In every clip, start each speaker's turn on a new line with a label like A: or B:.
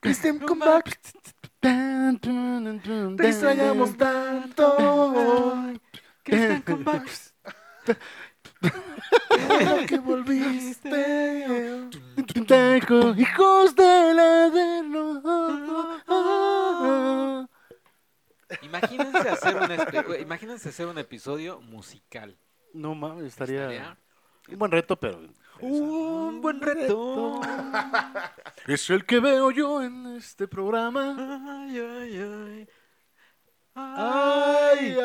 A: Please don't come back. Te extrañamos tanto.
B: Christian, come back. Pues,
A: Ahora que volviste. Dejo hijos del Averno.
C: Imagínense hacer, un espe- imagínense hacer un episodio musical.
A: No mames,
C: Estaría
A: estaría un buen reto, pero.
C: Un buen reto.
A: Es el que veo yo en este programa.
C: Ay, ay, ay.
A: Ay,
B: Ah,
C: Ay,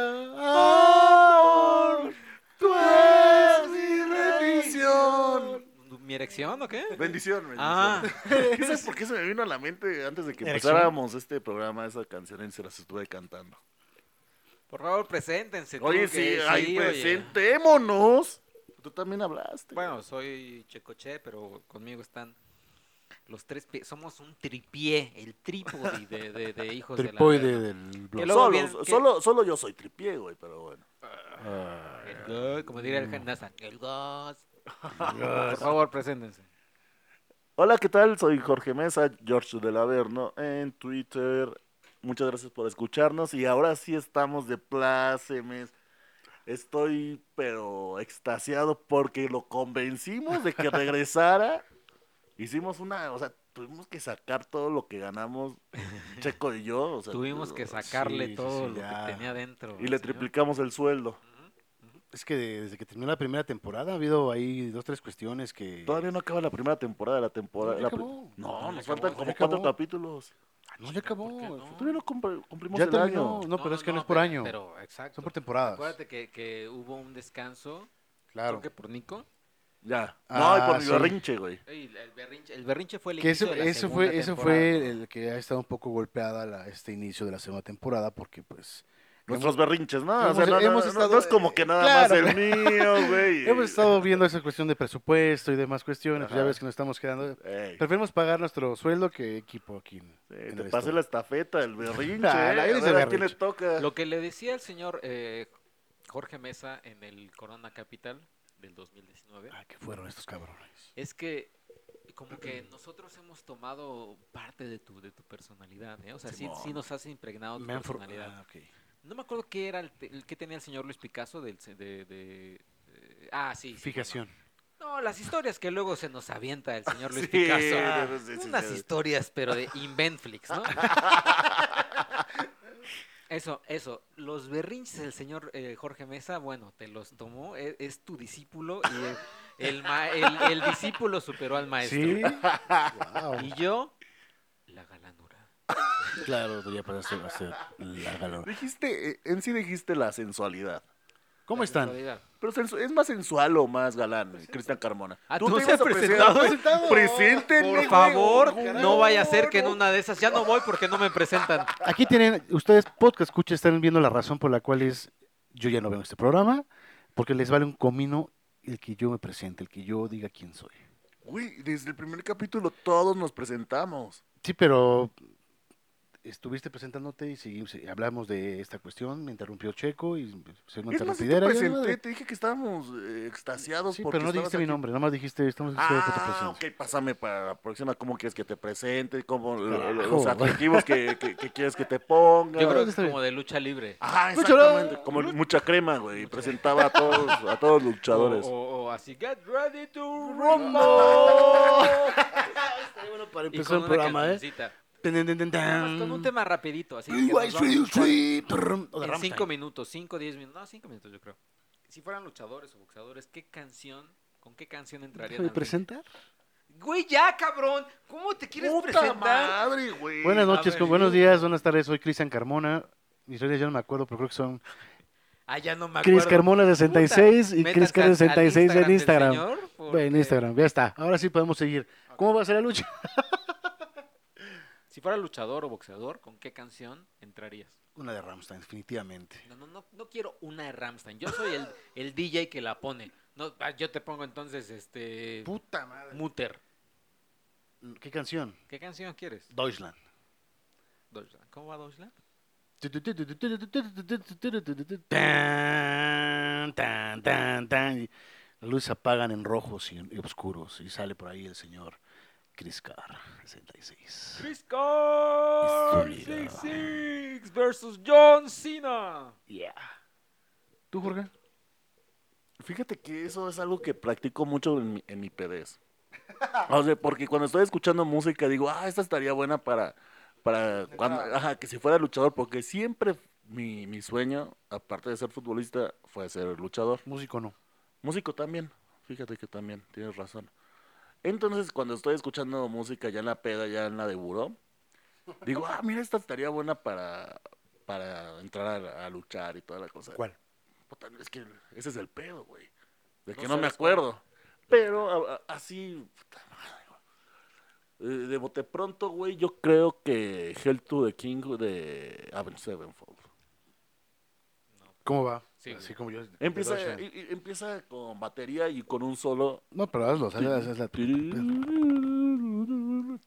A: amor, tú eres mi
C: bendición. ¿Mi erección o qué?
B: Bendición, bendición.
C: Ah,
B: ¿Qué ¿Sabes por qué se me vino a la mente antes de que
D: Erección.
B: empezáramos este programa, esa canción y se las estuve cantando?
C: por favor, preséntense. tú, que
B: Oye, sí,
C: oye.
B: ay, presentémonos. Tú también hablaste.
C: Bueno, soy Checoche, pero conmigo están los tres pies. Somos un tripié, el trípode de, de, de hijos
A: Tripoide
C: de
A: del blog.
C: Que luego
B: solo,
C: bien- que-
B: solo, solo yo soy tripié, güey, pero bueno.
A: Ah.
C: la verga. El gos, Como diría el Hanasa, el gos. Por favor, preséntense.
B: Hola, ¿qué tal? Soy Jorge Mesa, George del Averno, en Twitter. Muchas gracias por escucharnos y ahora sí estamos de plácemes. Estoy, pero extasiado porque lo convencimos de que regresara. Hicimos una, o sea, tuvimos que sacar todo lo que ganamos Checo y yo. o sea,
C: Tuvimos que
B: sí,
C: sacarle
A: sí,
C: todo
A: sí,
C: lo
A: ya.
C: que tenía dentro.
B: Y le
C: señor.
B: triplicamos el sueldo.
A: Es que desde que terminó la primera temporada ha habido ahí dos, tres cuestiones que.
B: Todavía no acaba la primera temporada, la temporada.
A: No, ya
B: la pri-
A: acabó.
B: No,
C: No, ya
B: nos
C: acabó,
B: faltan
C: ya
B: como
A: acabó.
B: cuatro capítulos.
A: Ah, No, ya acabó.
C: ¿Por qué no?
B: Todavía no compre- cumplimos
A: Ya
B: el
A: terminó.
B: año.
A: No, pero es que no, es por
C: pero-
A: año.
C: Pero, exacto.
A: Son por temporadas.
C: Acuérdate que, que hubo un descanso,
A: Claro.
C: creo que por Nico.
B: Ya.
A: Ah,
B: no, y por mi
A: sí.
B: berrinche, güey.
C: Ey, el, berrinche, el berrinche fue el
A: Que
C: inicio
A: eso,
C: de la
A: eso
C: segunda
A: fue, eso
C: temporada,
A: fue
C: ¿no?
A: el que ha estado un poco golpeada la- este inicio de la segunda temporada porque pues
B: Nuestros berrinches, ¿no? o
A: hemos-
B: sea, no, no,
A: hemos
B: no-
A: estado- eh,
B: no es como que nada
A: claro,
B: más el mío, güey.
A: hemos estado viendo esa cuestión de presupuesto y demás cuestiones, pues, ya
B: Ajá.
A: ves que nos estamos quedando.
B: Ey,
A: Preferimos pagar nuestro sueldo que equipo aquí. en-
B: eh,
A: en
B: te
A: el
B: pasé
A: estudio.
B: la estafeta, el berrinche.
A: Ah,
B: eh,
A: la
B: a
A: eres de
B: ver a quién le
A: berrinche.
B: toca.
C: Lo que le decía el señor eh, Jorge Mesa en el Corona Capital del 2019
A: Ah, ¿qué fueron estos cabrones?
C: es que como que nosotros hemos tomado parte de tu, de tu personalidad, ¿eh? O sea, sí,
B: Simón.
C: sí nos has impregnado tu
A: Me han for-
C: personalidad.
A: ah, ok.
C: No me acuerdo qué era el, te- el que tenía el señor Luis Picasso del, se- de... de- eh, ah, sí. sí,
A: Fijación.
C: No, las historias que luego se nos avienta el señor Luis
B: Sí,
C: Picasso.
B: sí, sí,
C: Unas
B: sí.
C: historias, pero de Inventflix, ¿no? Eso, eso. Los berrinches del señor eh, Jorge Mesa, bueno, te los tomó, e- es, tu discípulo y el, el ma- el- el discípulo superó al maestro.
A: Sí. Wow.
C: Y yo, la galanura.
A: Claro, ya para hacer, hacer la calor.
B: Dijiste, eh, en sí dijiste la sensualidad.
A: ¿Cómo
C: La
A: están?
C: sensualidad.
B: Pero sensu- es más sensual o más galán, Cristian Carmona.
C: Ah,
B: Tú
C: ¿tú
B: te
C: se
B: ibas a
C: has
B: presentar.
C: presentado?
B: Preséntenme,
C: Por
B: güey.
C: favor,
B: Caray,
C: no vaya a ser que en
B: no.
C: una de esas ya no voy porque no me presentan.
A: Aquí tienen, ustedes podcast escucha están viendo la razón por la cual es yo ya no veo este programa, porque les vale un comino el que yo me presente, el que yo diga quién soy.
B: Güey, desde el primer capítulo todos nos presentamos.
A: Sí, pero estuviste presentándote y seguimos, y hablamos de esta cuestión, me interrumpió Checo y se me
B: Es más, sí te
A: interrumpidera, ya,
B: presenté,
A: madre.
B: te dije que estábamos eh, extasiados
A: Sí,
B: porque
A: pero no dijiste mi
B: estabas aquí.
A: nombre, nada más dijiste estamos en
B: Ah,
A: presencia.
B: ok, pásame para la próxima. ¿Cómo quieres que te presente? ¿Cómo lo- lo-
A: Carajo,
B: los
A: güey.
B: atractivos que, que- que quieres que te ponga?
C: Yo creo que es
A: está bien.
C: como de lucha libre.
B: Ajá,
A: Mucho
B: exactamente.
A: la-
B: Como mucha crema, güey. Presentaba a todos, a todos los
C: O,
B: luchadores.
C: o- o así, get ready to rumble.
A: ¡Rumbo! bueno para
C: Y
A: empezar
C: con
A: el
C: una
A: programa, ¿eh? Mm.
C: cancioncita.
A: Tan, tan, tan,
C: Nada
A: tan.
C: más Con un tema rapidito, así.
A: Uy,
C: que nos
A: guay,
C: vamos
A: sweet,
C: a-
A: sweet, prrrm, o de
C: En
A: Rammstein.
C: cinco minutos, cinco, diez minutos. No, cinco minutos yo creo. Si fueran luchadores o boxeadores, ¿qué canción, con qué canción entrarían
A: ¿Me
C: al ring?
A: presentar?
C: Güey, ya, cabrón. ¿Cómo te quieres
B: Puta
C: presentar?
B: madre, güey.
A: Buenas
C: a
A: noches,
C: ver,
A: con buenos días, buenas tardes. Soy Cristian Carmona. Mis redes ya no me acuerdo, pero creo que son
C: Ah, ya no me acuerdo.
A: Cris Carmona 66 y
C: Puta,
A: Cris Carmona
C: métanse al- al
A: 66 en
C: del
A: Instagram.
C: señor, porque
A: En Instagram, ya está. Ahora sí podemos seguir. ¿Cómo va a ser la lucha?
C: Si fuera luchador o boxeador, ¿con qué canción entrarías?
A: Una de Ramstein, definitivamente.
C: No, no, no, no quiero una de Ramstein. Yo soy el, el DJ que la pone. No, ah, yo te pongo entonces este
A: Puta madre.
C: Muter.
A: ¿Qué canción?
C: ¿Qué canción quieres?
A: Deutschland.
C: Deutschland. ¿Cómo va Deutschland?
A: Tan, tan, tan, tan. Las luces apagan en rojos y, y oscuros y sale por ahí el señor Criscar 66.
C: Crisco
A: Destruida.
C: 66 versus John Cena.
A: Yeah. ¿Tú, Jorge?
B: Fíjate que eso es algo que practico mucho en mi, en mi PDs. O sea, porque cuando estoy escuchando música digo, ah, esta estaría buena para, para cuando, ajá, que si fuera luchador, porque siempre mi, mi sueño, aparte de ser futbolista, fue ser luchador.
A: Músico no.
B: Músico también, fíjate que también, tienes razón. Entonces, cuando estoy escuchando música ya en la peda, ya en la de buró, digo, ah, mira, esta estaría buena para, para entrar a, a luchar y toda la cosa.
A: ¿Cuál?
B: Puta, es que ese es el pedo, güey. De
C: No
B: que no me
C: sabes
B: acuerdo. Pero a- a- así, puta madre, güey. Eh, De bote pronto, güey, yo creo que Hell to the King de Avenged Sevenfold.
A: ¿Cómo va?
C: Sí,
A: Así como yo.
B: Empieza, y- y- empieza con batería y con un solo
A: No, pero hazlo. o sea, haz- haz la-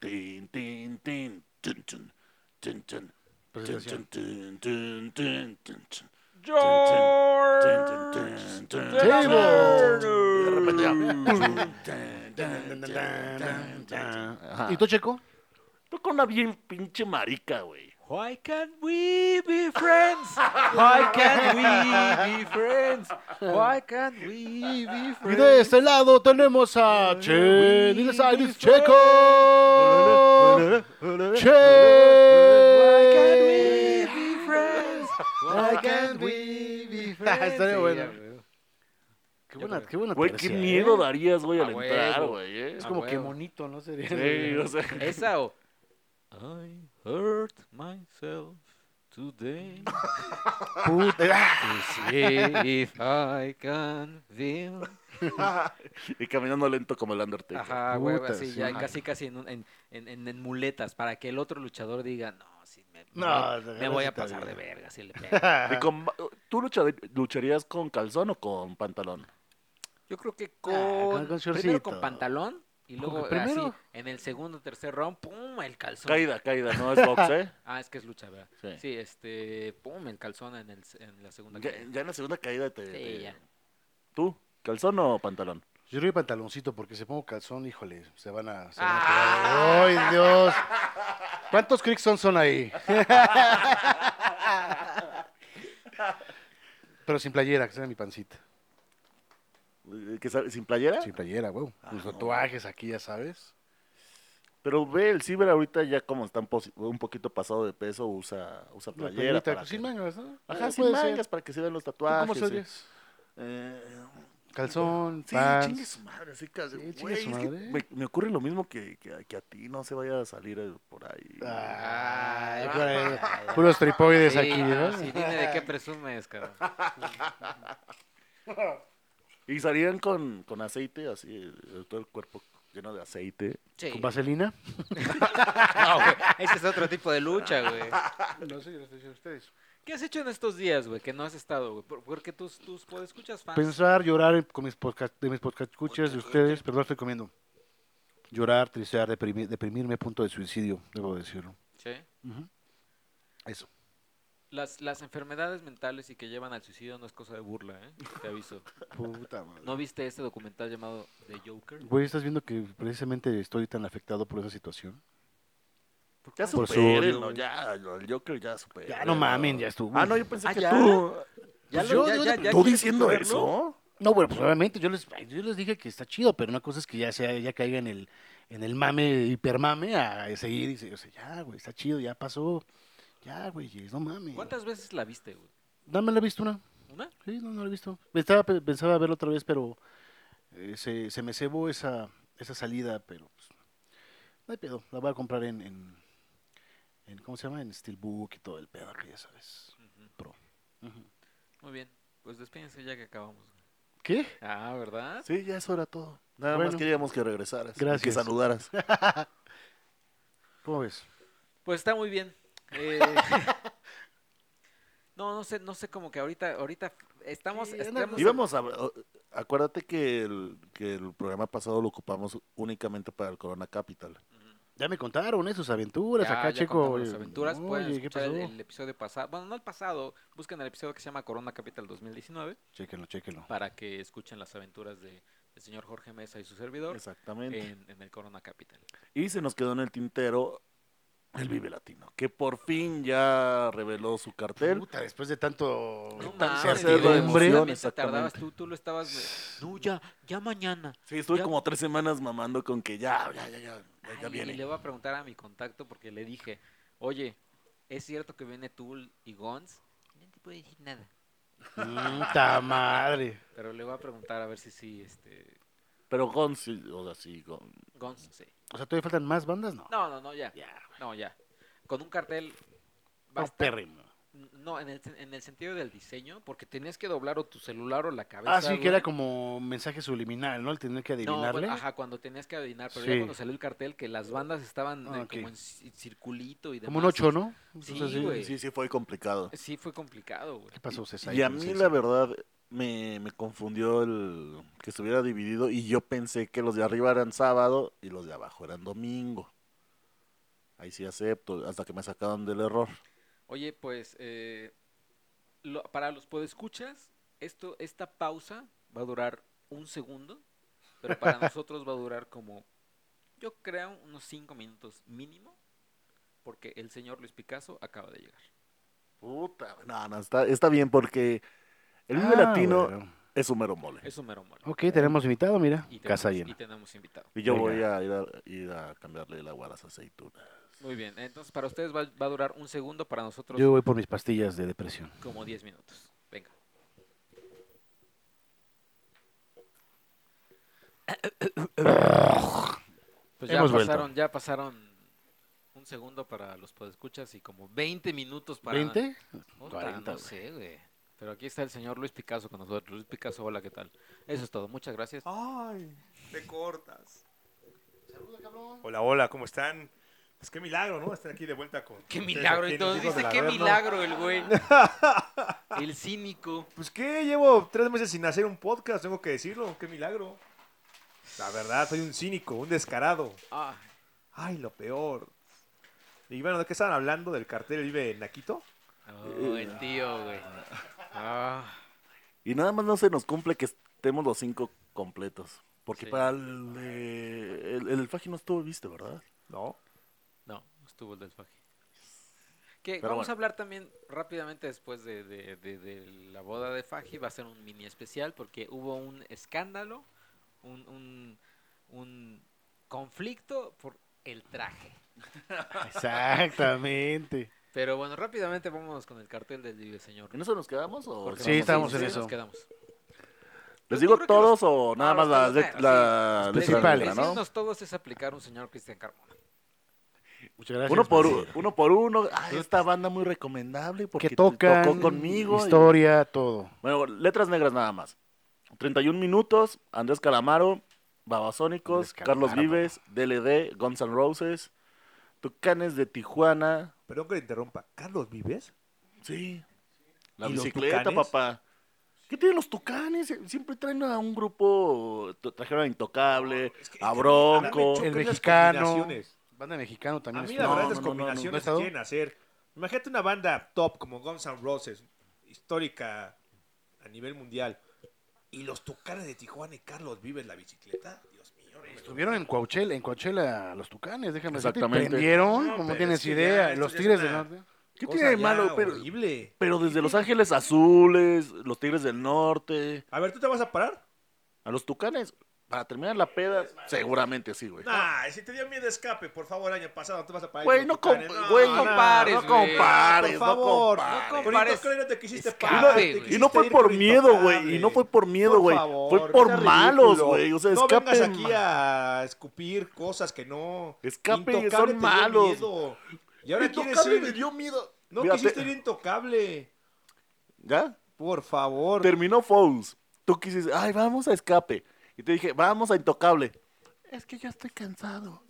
B: Tin, tin, tin, tun, tun, tun, tun, Pues
A: Presentación.
B: tun, tun, tun, tun, tun.
C: George
B: Tun, tun,
C: de la
A: Table.
B: Y de repente ya,
C: Verna.
B: tun, tun, tun, tun, tun, tun. Ajá.
A: ¿Y tú, Checo?
B: Toca una bien pinche marica, güey.
C: Why can't we be friends? Why can't we be friends? Why can't
A: Y
C: we be
A: de
C: friends?
A: este lado tenemos a Che. Diles a Iris Checo.
C: Why can't
A: Che.
C: we be friends? Why ah, can't we be friends?
A: Estaría
C: Sí,
A: bueno.
C: ya, güey.
A: Qué buena, qué buena
B: Güey, qué
A: tercia, ¿eh?
B: miedo darías, güey,
C: A
B: al entrar,
C: huevo.
B: güey, eh.
A: Es como
C: Ah,
A: que
C: huevo.
A: monito, ¿no? Sería.
B: Sí, o sea.
C: Esa o I hurt myself today
A: Puta.
C: to see if I can feel.
B: Y caminando lento como el Undertaker.
C: Ajá, güey,
A: Puta,
C: así
A: sí,
C: ya
A: ajá.
C: casi casi en, un- en, en, en- en muletas para que el otro luchador diga, "No, sí me,
A: No, de
C: me- me
A: verdad
C: voy
A: sí
C: a
A: te
C: pasar de
A: digo.
C: verga si le pego".
B: Y con- ¿Tú luchar- lucharías con calzón o con pantalón?
C: Yo creo que con,
A: Ah, con- con
C: primero con
A: shortcito.
C: pantalón y
A: Como
C: luego
A: que primero.
C: así en el segundo, tercer round, pum, el calzón.
B: Caída, caída, no es box, ¿eh?
C: Ah, es que es lucha, ¿verdad?
B: Sí.
C: Sí, este, pum, el calzón en, el, s- en la segunda.
B: Ya,
C: caída.
B: ya en la segunda caída te...
C: Sí,
B: te-
C: ya.
B: ¿Tú? ¿Calzón o pantalón?
A: Yo creo que pantaloncito, porque si pongo calzón, híjole, se van a. Se van a
C: Ah.
A: quedar. ¡Ay, Dios! ¿Cuántos Crickson son ahí? Pero sin playera, que sea mi pancita.
B: Eh, ¿Que sale- ¿Sin playera?
A: Sin playera, güey. Los
B: no.
A: tatuajes aquí, ya sabes.
B: Pero ve, el ciber ahorita ya como está un posi- un poquito pasado de peso, usa, usa
A: Una
B: playera.
A: playerita,
B: para
A: pues,
B: que-
A: sin mangas, ¿no?
B: Ajá,
A: Eh,
B: sin
A: puede ser.
B: mangas, para que se vean los
A: ¿Tú
B: tatuajes.
A: ¿Cómo
B: sí.
A: serías?
B: Eh,
A: Calzón,
B: Sí,
A: pants.
B: chingue su madre, así casi.
A: Sí, chingue
B: Güey,
A: su
B: es que
A: madre.
B: me, me ocurre lo mismo que, que- que a ti, no se vaya a salir eh, por ahí.
A: Ah. Ay, güey, Puros tripoides
C: Sí,
A: aquí, ¿no?
C: no, sí, dime de qué presumes, cabrón.
B: Y salían con, con aceite, así, eh, todo el cuerpo lleno de aceite.
C: Sí.
A: ¿Con vaselina?
C: No, güey, ese es otro tipo de lucha, güey.
A: Ah, No sé, yo lo estoy diciendo a ustedes.
C: ¿Qué has hecho en estos días, güey, que no has estado, güey? Por- Porque tus, tus podescuchas fans...
A: Pensar, llorar con mis podcast, de mis podcast de ustedes, perdón, estoy comiendo. Llorar, tristear, deprimi- deprimirme, punto de suicidio, debo decirlo.
C: Sí.
A: Eso.
C: Las, las enfermedades mentales y que llevan al suicidio no es cosa de burla, ¿eh? Te aviso.
A: Puta madre.
C: ¿No viste este documental llamado The Joker?
A: Güey, estás viendo que precisamente estoy tan afectado por esa situación.
B: Ya
A: Por su-
B: supérenlo, ya, lo- el Joker ya superé.
A: Ya no mamen, ya estuvo.
B: Ah, no, yo pensé
C: Ah,
B: que
C: ¿ya?
B: tú.
C: Ya
A: Pues
C: lo-
A: yo- yo-
B: ¿Tú
C: quieres
B: diciendo
C: superarlo?
B: eso?
A: No, bueno, pues obviamente yo les, yo les dije que está chido, pero una cosa es que ya sea, ya caiga en el, en el mame, hipermame, a seguir y se- o sea, ya, güey, está chido, ya pasó. Ya, güey, no mames.
C: ¿Cuántas veces la viste, güey?
A: Dame la visto una.
C: ¿Una?
A: Sí, no, no lo he visto. Estaba, pe- pensaba verlo otra vez, pero eh, se, se me cebó esa, esa salida, pero pues, no hay pedo. La voy a comprar en, en, en, ¿cómo se llama? En Steelbook y todo el pedo, que ya sabes.
C: Ujú.
A: Pro. Ujú.
C: Muy bien. Pues despídense ya que acabamos.
A: ¿Qué?
C: Ah, ¿verdad?
B: Sí, ya eso era todo. Nada
A: Bueno.
B: más queríamos que regresaras. y Que
A: Gracias.
B: saludaras.
A: ¿Cómo ves?
C: Pues está muy bien. Eh, no, no sé, no sé, como que ahorita, ahorita estamos,
A: Sí, anda-
C: estamos
B: Íbamos a. Acuérdate que el, que el programa pasado lo ocupamos únicamente para el Corona Capital.
A: Ya me contaron, ¿eh? Sus aventuras
C: Ya-
A: acá,
C: ya
A: Checo.
C: contamos las aventuras, pueden
A: Oye, ¿qué
C: escuchar
A: pasó?
C: El, el episodio pasado, bueno, no el pasado, busquen el episodio que se llama Corona Capital 2019
A: Chéquenlo, chéquenlo.
C: para que escuchen las aventuras de el señor Jorge Mesa y su servidor
B: Exactamente.
C: en, en el Corona Capital.
B: Eh, Y se nos quedó en el tintero el Vive Latino, que por fin ya reveló su cartel.
A: Puta, después de tanto
C: No
A: tanta
C: mames,
B: hacerlo de
A: certidumbre.
B: emoción,
C: Te tardabas
B: exactamente.
C: tú, tú lo estabas. No, ya, ya mañana.
B: Sí, estuve
C: Ya-
B: como tres semanas mamando con que ya, ya, ya, ya, ya, ya
C: Ay, Y le
B: viene.
C: voy a preguntar a mi contacto porque le dije, oye, ¿es cierto que viene Tool y Gons? No te puedo decir nada.
A: Puta madre.
C: Pero le voy a preguntar a ver si sí, este.
B: Pero Gon sí, o sea, sí, Gon.
C: Gons, sí.
A: O sea, todavía faltan más bandas, no.
C: No, no, no, ya.
A: Ya, güey.
C: No, ya. Con un cartel. va a
A: No,
C: estar-
A: pérrimo.
C: No, en el, sen- en el sentido del diseño, porque tenías que doblar o tu celular o la cabeza.
A: Ah, sí, que
C: güey.
A: era como mensaje subliminal, ¿no? El tener que
C: No, bueno,
A: adivinarle.
C: ajá, cuando tenías que adivinar, pero
A: Sí.
C: ya cuando salió el cartel que las bandas estaban
A: Ah,
C: eh,
A: ok.
C: como en ci- circulito y demás.
A: como un 8, ¿no?
C: Sí,
A: Entonces,
C: güey.
B: Sí, sí, fue complicado.
C: Sí, fue complicado, güey.
A: ¿Qué pasó, César?
B: Y a mí la verdad me, me confundió el que estuviera dividido y yo pensé que los de arriba eran sábado y los de abajo eran domingo. Ahí sí acepto, hasta que me sacaron del error.
C: Oye, pues eh, lo- para los podescuchas, esto, esta pausa va a durar un segundo, pero para nosotros va a durar como, yo creo, unos cinco minutos mínimo, porque el señor Luis Picasso acaba de llegar.
B: Puta, no, no, está, está bien porque el Vive
A: Ah,
B: Latino
A: bueno.
B: es un mero mole.
C: Es un mero mole.
A: Ok, tenemos invitado, mira.
C: Y tenemos-
A: Casa
C: Y
A: llena.
C: tenemos invitado.
B: Y yo
A: Venga.
B: voy a ir a, ir a cambiarle el agua a las aceitunas.
C: Muy bien, entonces para ustedes va, va a durar un segundo, para nosotros
A: Yo voy por mis pastillas de depresión.
C: como diez minutos. Venga. Pues ya
A: Hemos vuelto.
C: pasaron, ya pasaron un segundo para los podescuchas y como 20 minutos para...
A: ¿20?
C: Puta,
A: 40,
C: no
A: güey.
C: sé, güey. Pero aquí está el señor Luis Picasso con nosotros. Luis Picasso, hola, ¿qué tal? Eso es todo, muchas gracias.
D: Ay, te cortas. Hola, hola, ¿cómo están? Pues qué milagro, ¿no? Estar aquí de vuelta con.
C: ¡Qué
D: ustedes
C: milagro!
D: aquí en
C: Entonces
D: Hijos
C: dice,
D: del
C: ¡qué
D: Averno.
C: milagro el güey! El cínico.
D: Pues qué, llevo tres meses sin hacer un podcast, tengo que decirlo, qué milagro. La verdad, soy un cínico, un descarado.
C: Ah,
D: Ay, lo peor. Y bueno, ¿de qué estaban hablando? ¿Del cartel Vive Naquito?
C: oh, el tío, güey. Ah.
B: Y nada más no se nos cumple que estemos los cinco completos. Porque
C: Sí.
B: para el, de- el, el Faji no estuvo, viste, ¿verdad?
D: No.
C: No, estuvo el del Faji. Que
B: Pero
C: vamos
B: bueno.
C: a hablar también rápidamente después de, de- de- de la boda de Faji. Va a ser un mini especial porque hubo un escándalo, un, un- un conflicto por el traje.
A: Exactamente.
C: Pero bueno, rápidamente vámonos con el cartel del Vive Señor.
B: ¿En eso nos quedamos? O
C: Porque
A: Sí,
C: vamos-
A: estamos en
C: sí,
A: eso.
C: Nos quedamos. Yo
B: ¿Les digo
C: creo que
B: todos o
C: No,
B: nada más
C: los
B: la,
C: todos,
B: let-
C: eh,
B: la
C: sí,
B: letra
A: principales.
B: negra, no?
C: Decirnos todos es aplicar un señor Cristian Carmona.
A: Muchas gracias.
B: Uno por,
A: Marcelo.
B: uno por uno. Ay, esta banda muy recomendable porque
A: Que
B: te
A: tocan.
B: tocó conmigo. y-
A: Historia, todo.
B: Bueno, letras negras nada más. 31 minutos, Andrés Calamaro, Babasónicos,
A: Andrés
B: Carlos
A: Calamaro.
B: Vives, DLD, Guns N' Roses, Tucanes de Tijuana.
D: Perdón que le interrumpa. ¿Carlos Vives?
B: Sí. La
D: ¿Y los
B: bicicleta,
D: Tucanes?
B: papá. ¿Qué tienen los Tucanes? Sie- Siempre traen a un grupo, t- trajeron a Intocable,
D: Es que-
B: a
D: es que me
B: Ah, Bronco.
D: chocan
A: El
D: las
A: mexicano.
D: combinaciones.
A: Banda mexicano
D: A
A: también.
D: mí
A: es-
D: la
B: Ah, No,
D: verdad
B: no, no,
D: es
B: no, no.
A: ¿No
D: combinaciones
A: estado?
D: que quieren hacer. Imagínate una banda top como Guns N' Roses, histórica a nivel mundial, y los Tucanes de Tijuana y Carlos Vives la bicicleta. Dios mío. no me
A: Estuvieron en Coachella, en Coachella los Tucanes, déjame decirte. y
B: Exactamente.
A: Prendieron,
D: No,
A: como
D: pero
A: tienes
D: es que ya,
A: idea.
D: esto
A: los
D: ya es
A: Tigres del
D: una-
A: Norte.
B: ¿Qué
D: cosa
B: tiene de
D: ya
B: malo? Pero,
D: Horrible.
B: pero desde Los Ángeles Azules, los Tigres del Norte,
D: A ver, ¿tú te vas a parar?
B: a los Tucanes, para terminar la peda, seguramente sí, güey.
D: Nah, si te dio miedo de escape, por favor, el año pasado no te vas a parar.
B: Güey,
D: con
B: no,
D: los Tucanes.
B: comp- güey, no
D: nah,
C: compares,
B: no
C: güey.
B: compares,
D: Por
B: no
D: favor, no
B: compares.
D: Con
C: compares.
D: Intocable no te quisiste
C: Escape,
D: parar. te
C: güey.
D: quisiste
B: Y no fue
D: ir
B: por
D: con
B: miedo, güey.
D: Intocable.
B: Y no fue por miedo,
D: Por
B: güey.
D: favor,
B: Fue por
D: seas
B: malos,
D: ridículo.
B: güey. O sea,
D: no
B: escape.
D: vengas aquí
B: ma-
D: a escupir cosas que no.
B: Escape,
D: Intocable
B: son
D: te dio
B: malos.
D: miedo. Y ahora quieres
B: Intocable
D: ir.
B: me dio miedo.
D: No
B: Mira,
D: quisiste
B: te-
D: ir intocable.
B: ¿Ya?
D: Por favor.
B: Terminó Fouls. Tú quisiste, ay, vamos a escape. Y te dije, vamos a intocable. Es que ya estoy cansado.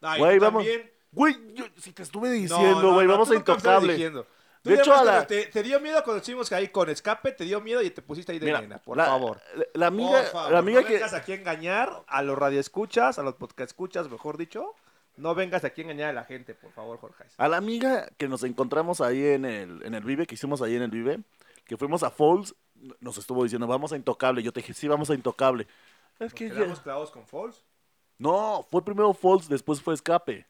D: Ay,
B: Güey,
D: tú
B: vamos.
D: también.
B: Güey, yo- si te estuve
D: No,
B: diciendo,
D: no,
B: güey,
D: no,
B: vamos
D: tú
B: a
D: nunca me estabas
B: intocable.
D: diciendo. Tú
B: De
D: ya
B: hecho, a
D: ves
B: la-
D: cuando te, te dio miedo cuando estuvimos ahí con escape, te dio miedo y te pusiste ahí de
B: Mira,
D: nena, por
B: la-
D: favor.
B: la- La amiga,
D: por favor,
B: la amiga
D: no
B: que.
D: vengas aquí a engañar a los radioescuchas, a los podcastescuchas, mejor dicho. No vengas aquí a engañar a la gente, por favor, Jorge.
B: A la amiga que nos encontramos ahí en el, en el Vive, que hicimos ahí en el Vive, que fuimos a Falls, n- nos estuvo diciendo, vamos a Intocable. Yo te dije, sí, vamos a Intocable. Es
D: Nos
B: que ya-
D: quedamos clavados con Falls.
B: No, fue primero Falls, después fue Escape.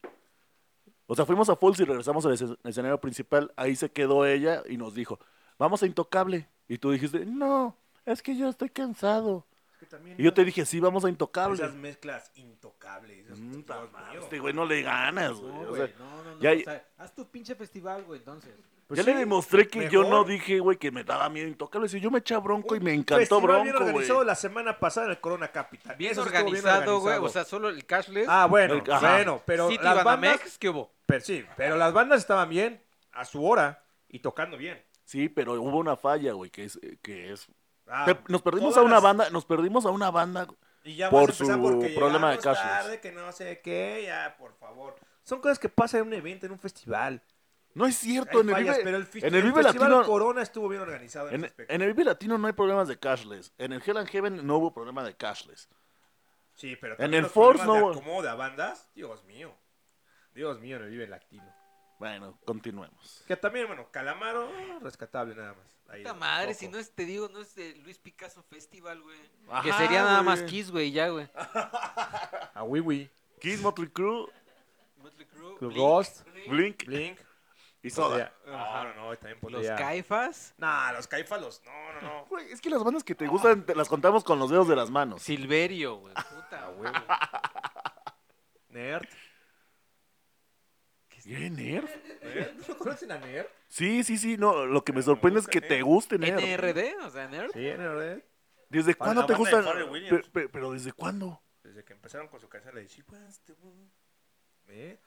B: O sea, fuimos a Falls y regresamos al escen- escenario principal. Ahí se quedó ella y nos dijo, vamos a Intocable. Y tú dijiste, no, es que yo estoy cansado.
D: Que también
B: Y yo te dije, sí, vamos a Intocable.
D: Esas mezclas intocables. esas-
B: Mm, ta
D: Dios
B: madre,
D: mío.
B: Este güey no le ganas, güey.
E: No,
B: O
E: güey,
B: sea,
E: no, no, no.
B: ya hay-
E: o sea, haz tu pinche festival, güey, entonces.
D: Pues
B: ya
D: sí,
B: le demostré que yo no
D: mejor. pues,
B: dije, güey, que me daba miedo Intocable. Si yo me eché a bronco y me encantó
D: Festival bien
B: bronco, güey.
D: organizado la semana pasada en el Corona Capital.
C: Bien
D: Eso sí estuvo bien
C: organizado, güey.
D: organizado.
C: O sea, solo el cashless.
D: ah, bueno,
B: el- ajá.
D: bueno, pero
C: City
D: las
C: Banamex,
D: bandas,
C: ¿qué hubo?
D: pero sí, pero las bandas estaban bien a su hora y tocando bien.
B: Sí, pero hubo una falla, güey, que es, eh, que es.
D: Ah,
B: Te- nos perdimos
D: todas
B: a una
D: las-
B: banda, nos perdimos a una banda.
D: Y ya
B: por
D: vas a empezar
B: su
D: porque
B: problema de
D: llegamos
B: cashless.
D: tarde, que no sé qué, ya, por favor. Son cosas que pasan en un evento, en un festival.
B: No es
D: Hay
B: cierto, en el,
D: fallas,
B: Vive-
D: pero el, festi-
B: en el
D: el
B: Vive
D: Festival
B: Latino.
D: Corona estuvo bien organizado en,
B: En,
D: ese aspecto.
B: en el Vive Latino no hay problemas de cashless. En el Hell and Heaven no hubo problema de cashless.
D: sí, pero
B: en
D: también
B: el
D: los
B: Force no-
D: programas de acomoda bandas, Dios mío. Dios mío, no vive el latino.
B: Bueno, continuemos.
D: Que también, bueno, Calamaro, ah, rescatable nada más. Ahí,
C: Puta madre,
D: poco.
C: si no es, te digo, no es de Luis Picasso Festival, güey.
B: Ajá,
C: que sería nada
B: güey.
C: más Kiss, güey, ya, güey.
D: A Wiwi,
B: Kiss, Motley Crue,
C: Mötley Crue,
D: Club
C: Blink,
D: Ghost,
B: Blink
D: Blink.
B: y Soda.
D: Ah, no, no, también
C: Los
D: podría.
C: Caifas,
D: Nah, los caifalos, no, no, no.
B: Güey, es que las bandas que te gustan te las contamos con los dedos de las manos.
C: Silverio, güey. Puta, güey.
D: Nerd.
B: ¿Qué, Nerf?
D: ¿Nerd? ¿No conocen a Nerd?
B: Sí, sí, sí. No, lo que me sorprende es que te guste Nerf.
C: NRD, o sea, Nerd.
D: Sí, Nerd.
B: ¿Desde
D: Para
B: cuándo
D: la
B: te
D: banda de
B: gustan?
D: Pharrell Williams.
B: Pe- pe- pero ¿desde cuándo?
D: Desde que empezaron con su canción, le dije, este, "She wants to move". ¿Eh?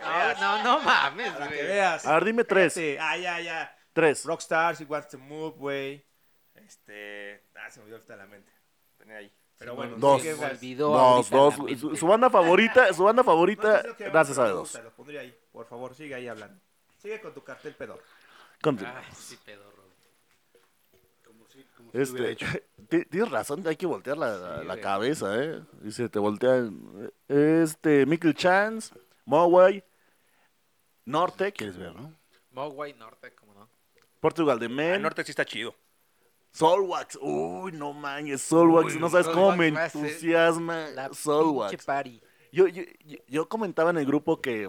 C: No, no, no mames,
D: Para que
C: güey.
D: veas.
B: A ver, dime tres.
D: Este, ah, ya, ya.
B: Tres.
D: Rockstar, She Wants to Move, güey. Este. Ah, se me olvidó hasta la mente. Tenía ahí. Pero
C: Se
D: bueno,
C: me
B: dos.
D: ¿qué
C: olvidó,
D: más?
C: olvidó
B: Dos,
C: ahorita
B: dos.
C: la mente.
B: Su, su banda favorita, su banda
D: No,
B: favorita,
D: es lo que
B: gracias a
D: me
B: Dios.
D: gusta, Lo pondría ahí. Por favor, sigue ahí hablando. Sigue con tu cartel pedor.
B: Continúa.
C: Ay, sí, pedorro.
A: Como si, como si hubiera
B: Este,
A: hecho.
B: ti- tienes razón, hay que voltear la, la-
C: Sí,
B: la
C: güey.
B: cabeza, ¿eh? Y se te voltean. Este, Michael Chance, Moway, Nortec,
A: Quieres ver, ¿no?
C: Mogwai Norte, como no.
B: Portugal de
C: Ah,
D: El
B: Men,
D: norte sí está chido.
B: Solwax. Uy, no manches, Solwax.
C: Uy,
B: No sabes cómo me
C: Solwax va a ser
B: entusiasma
C: La
B: Solwax.
C: pinche party.
B: Yo, yo, yo- yo comentaba en el grupo que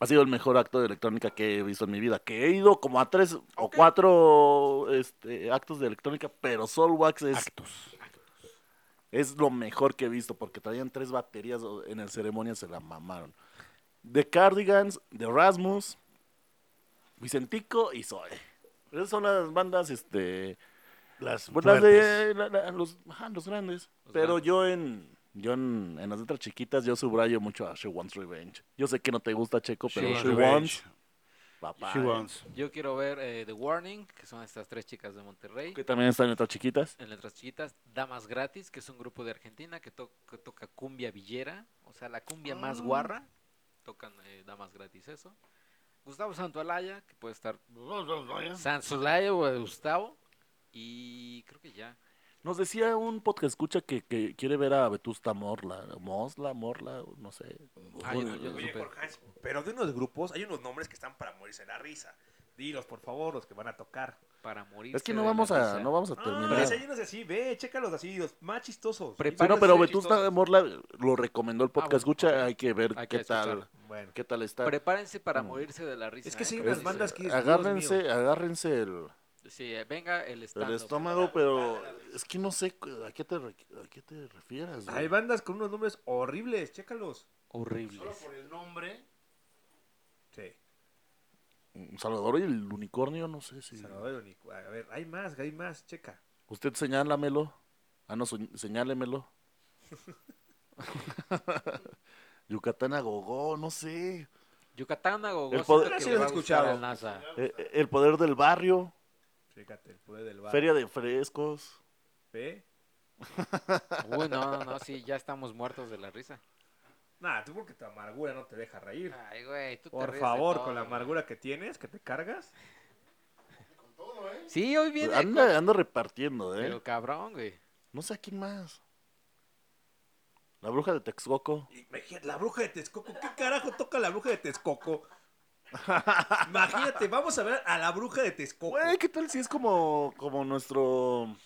B: ha sido el mejor acto de electrónica que he visto en mi vida. Que he ido como a tres o cuatro este, actos de electrónica, pero Solwax es,
A: Actos.
B: es lo mejor que he visto porque traían tres baterías o- en el ceremonia, se la mamaron. The Cardigans, The Rasmus, Vicentico y Zoe. Esas son las bandas, este,
A: Las,
B: pues, las
A: fuertes.
B: de la- la- los, ajá, los grandes.
C: Los
B: pero
C: grandes.
B: yo en yo en, en las letras chiquitas yo subrayo mucho a She Wants Revenge. Yo sé que no te gusta Checo, pero She,
C: She
B: Wants, papá.
A: She wants.
C: Yo quiero ver eh, The Warning, que son estas tres chicas de Monterrey.
B: Que también están en letras chiquitas.
C: En letras chiquitas, Damas Gratis, que es un grupo de Argentina que, to- que toca cumbia villera, o sea, la cumbia más
B: Ah.
C: guarra. Tocan eh, Damas Gratis, eso. Gustavo Santualaya, que puede estar.
B: Ah.
C: Sansolaya o Gustavo. Y creo que ya.
B: Nos decía un podcast escucha que, que quiere ver a Vetusta Morla, Mosla, Morla, no sé.
C: Ah, yo no- yo no
D: Oye,
C: supe.
D: Jorge, pero de unos grupos hay unos nombres que están para morirse la risa. Dilos, por favor, los que van a tocar.
C: Para morir.
B: Es que no vamos a no vamos a
D: Ah,
B: terminar.
D: hay unos así, ve, chécalos así, los más chistosos.
B: Ah,
C: Prepara-
B: no, pero
C: Sí,
B: Vetusta
D: chistosos.
B: Morla lo recomendó el podcast
C: bueno,
B: escucha,
C: ok.
B: hay que ver
C: Hay que
B: qué tal
C: escuchar.
D: Bueno,
B: qué tal está.
C: Prepárense para
B: Mm.
C: morirse de la risa.
D: es que
C: ¿eh?
D: sí, hay
C: Como
D: unas
C: dice-
D: bandas que.
B: agárrense, agárrense el
C: Sí, eh, venga el
B: El
C: stand-up.
B: estómago, pero es que no sé cu- a qué te, re- a qué te refieres. güey.
D: Hay bandas con unos nombres horribles, chécalos.
A: Solo
C: Horribles.
A: por el nombre.
D: Sí.
B: Salvador y el unicornio, no sé si.
D: Salvador Ionico. A ver, hay más, hay más, checa.
B: Usted señálamelo. Ah, no, soñ- señálemelo. Yucatán a gogó, no sé.
C: Yucatán o
B: El poder-
D: Sí, los he escuchado.
B: Eh, eh, el poder del barrio,
D: Fíjate, el poder del bar.
B: feria de frescos.
D: ¿Ve?
C: Uy, no, no, no, sí, ya estamos muertos de la risa.
D: Nah, tú porque tu amargura no te deja reír.
C: Ay, güey, Ah, tú te
D: Por
C: ríes de
D: favor,
C: todo,
D: con la
C: güey.
D: amargura que tienes, que te cargas.
C: Sí, hoy viene.
B: Anda, anda repartiendo, ¿eh?
C: Pero cabrón, güey.
B: No sé a quién más. La bruja de Texcoco.
D: Imagínate, la bruja de Texcoco. ¿Qué carajo toca la bruja de Texcoco? Imagínate, vamos a ver a la bruja de Texcoco.
B: Güey, ¿qué tal si es como, como nuestro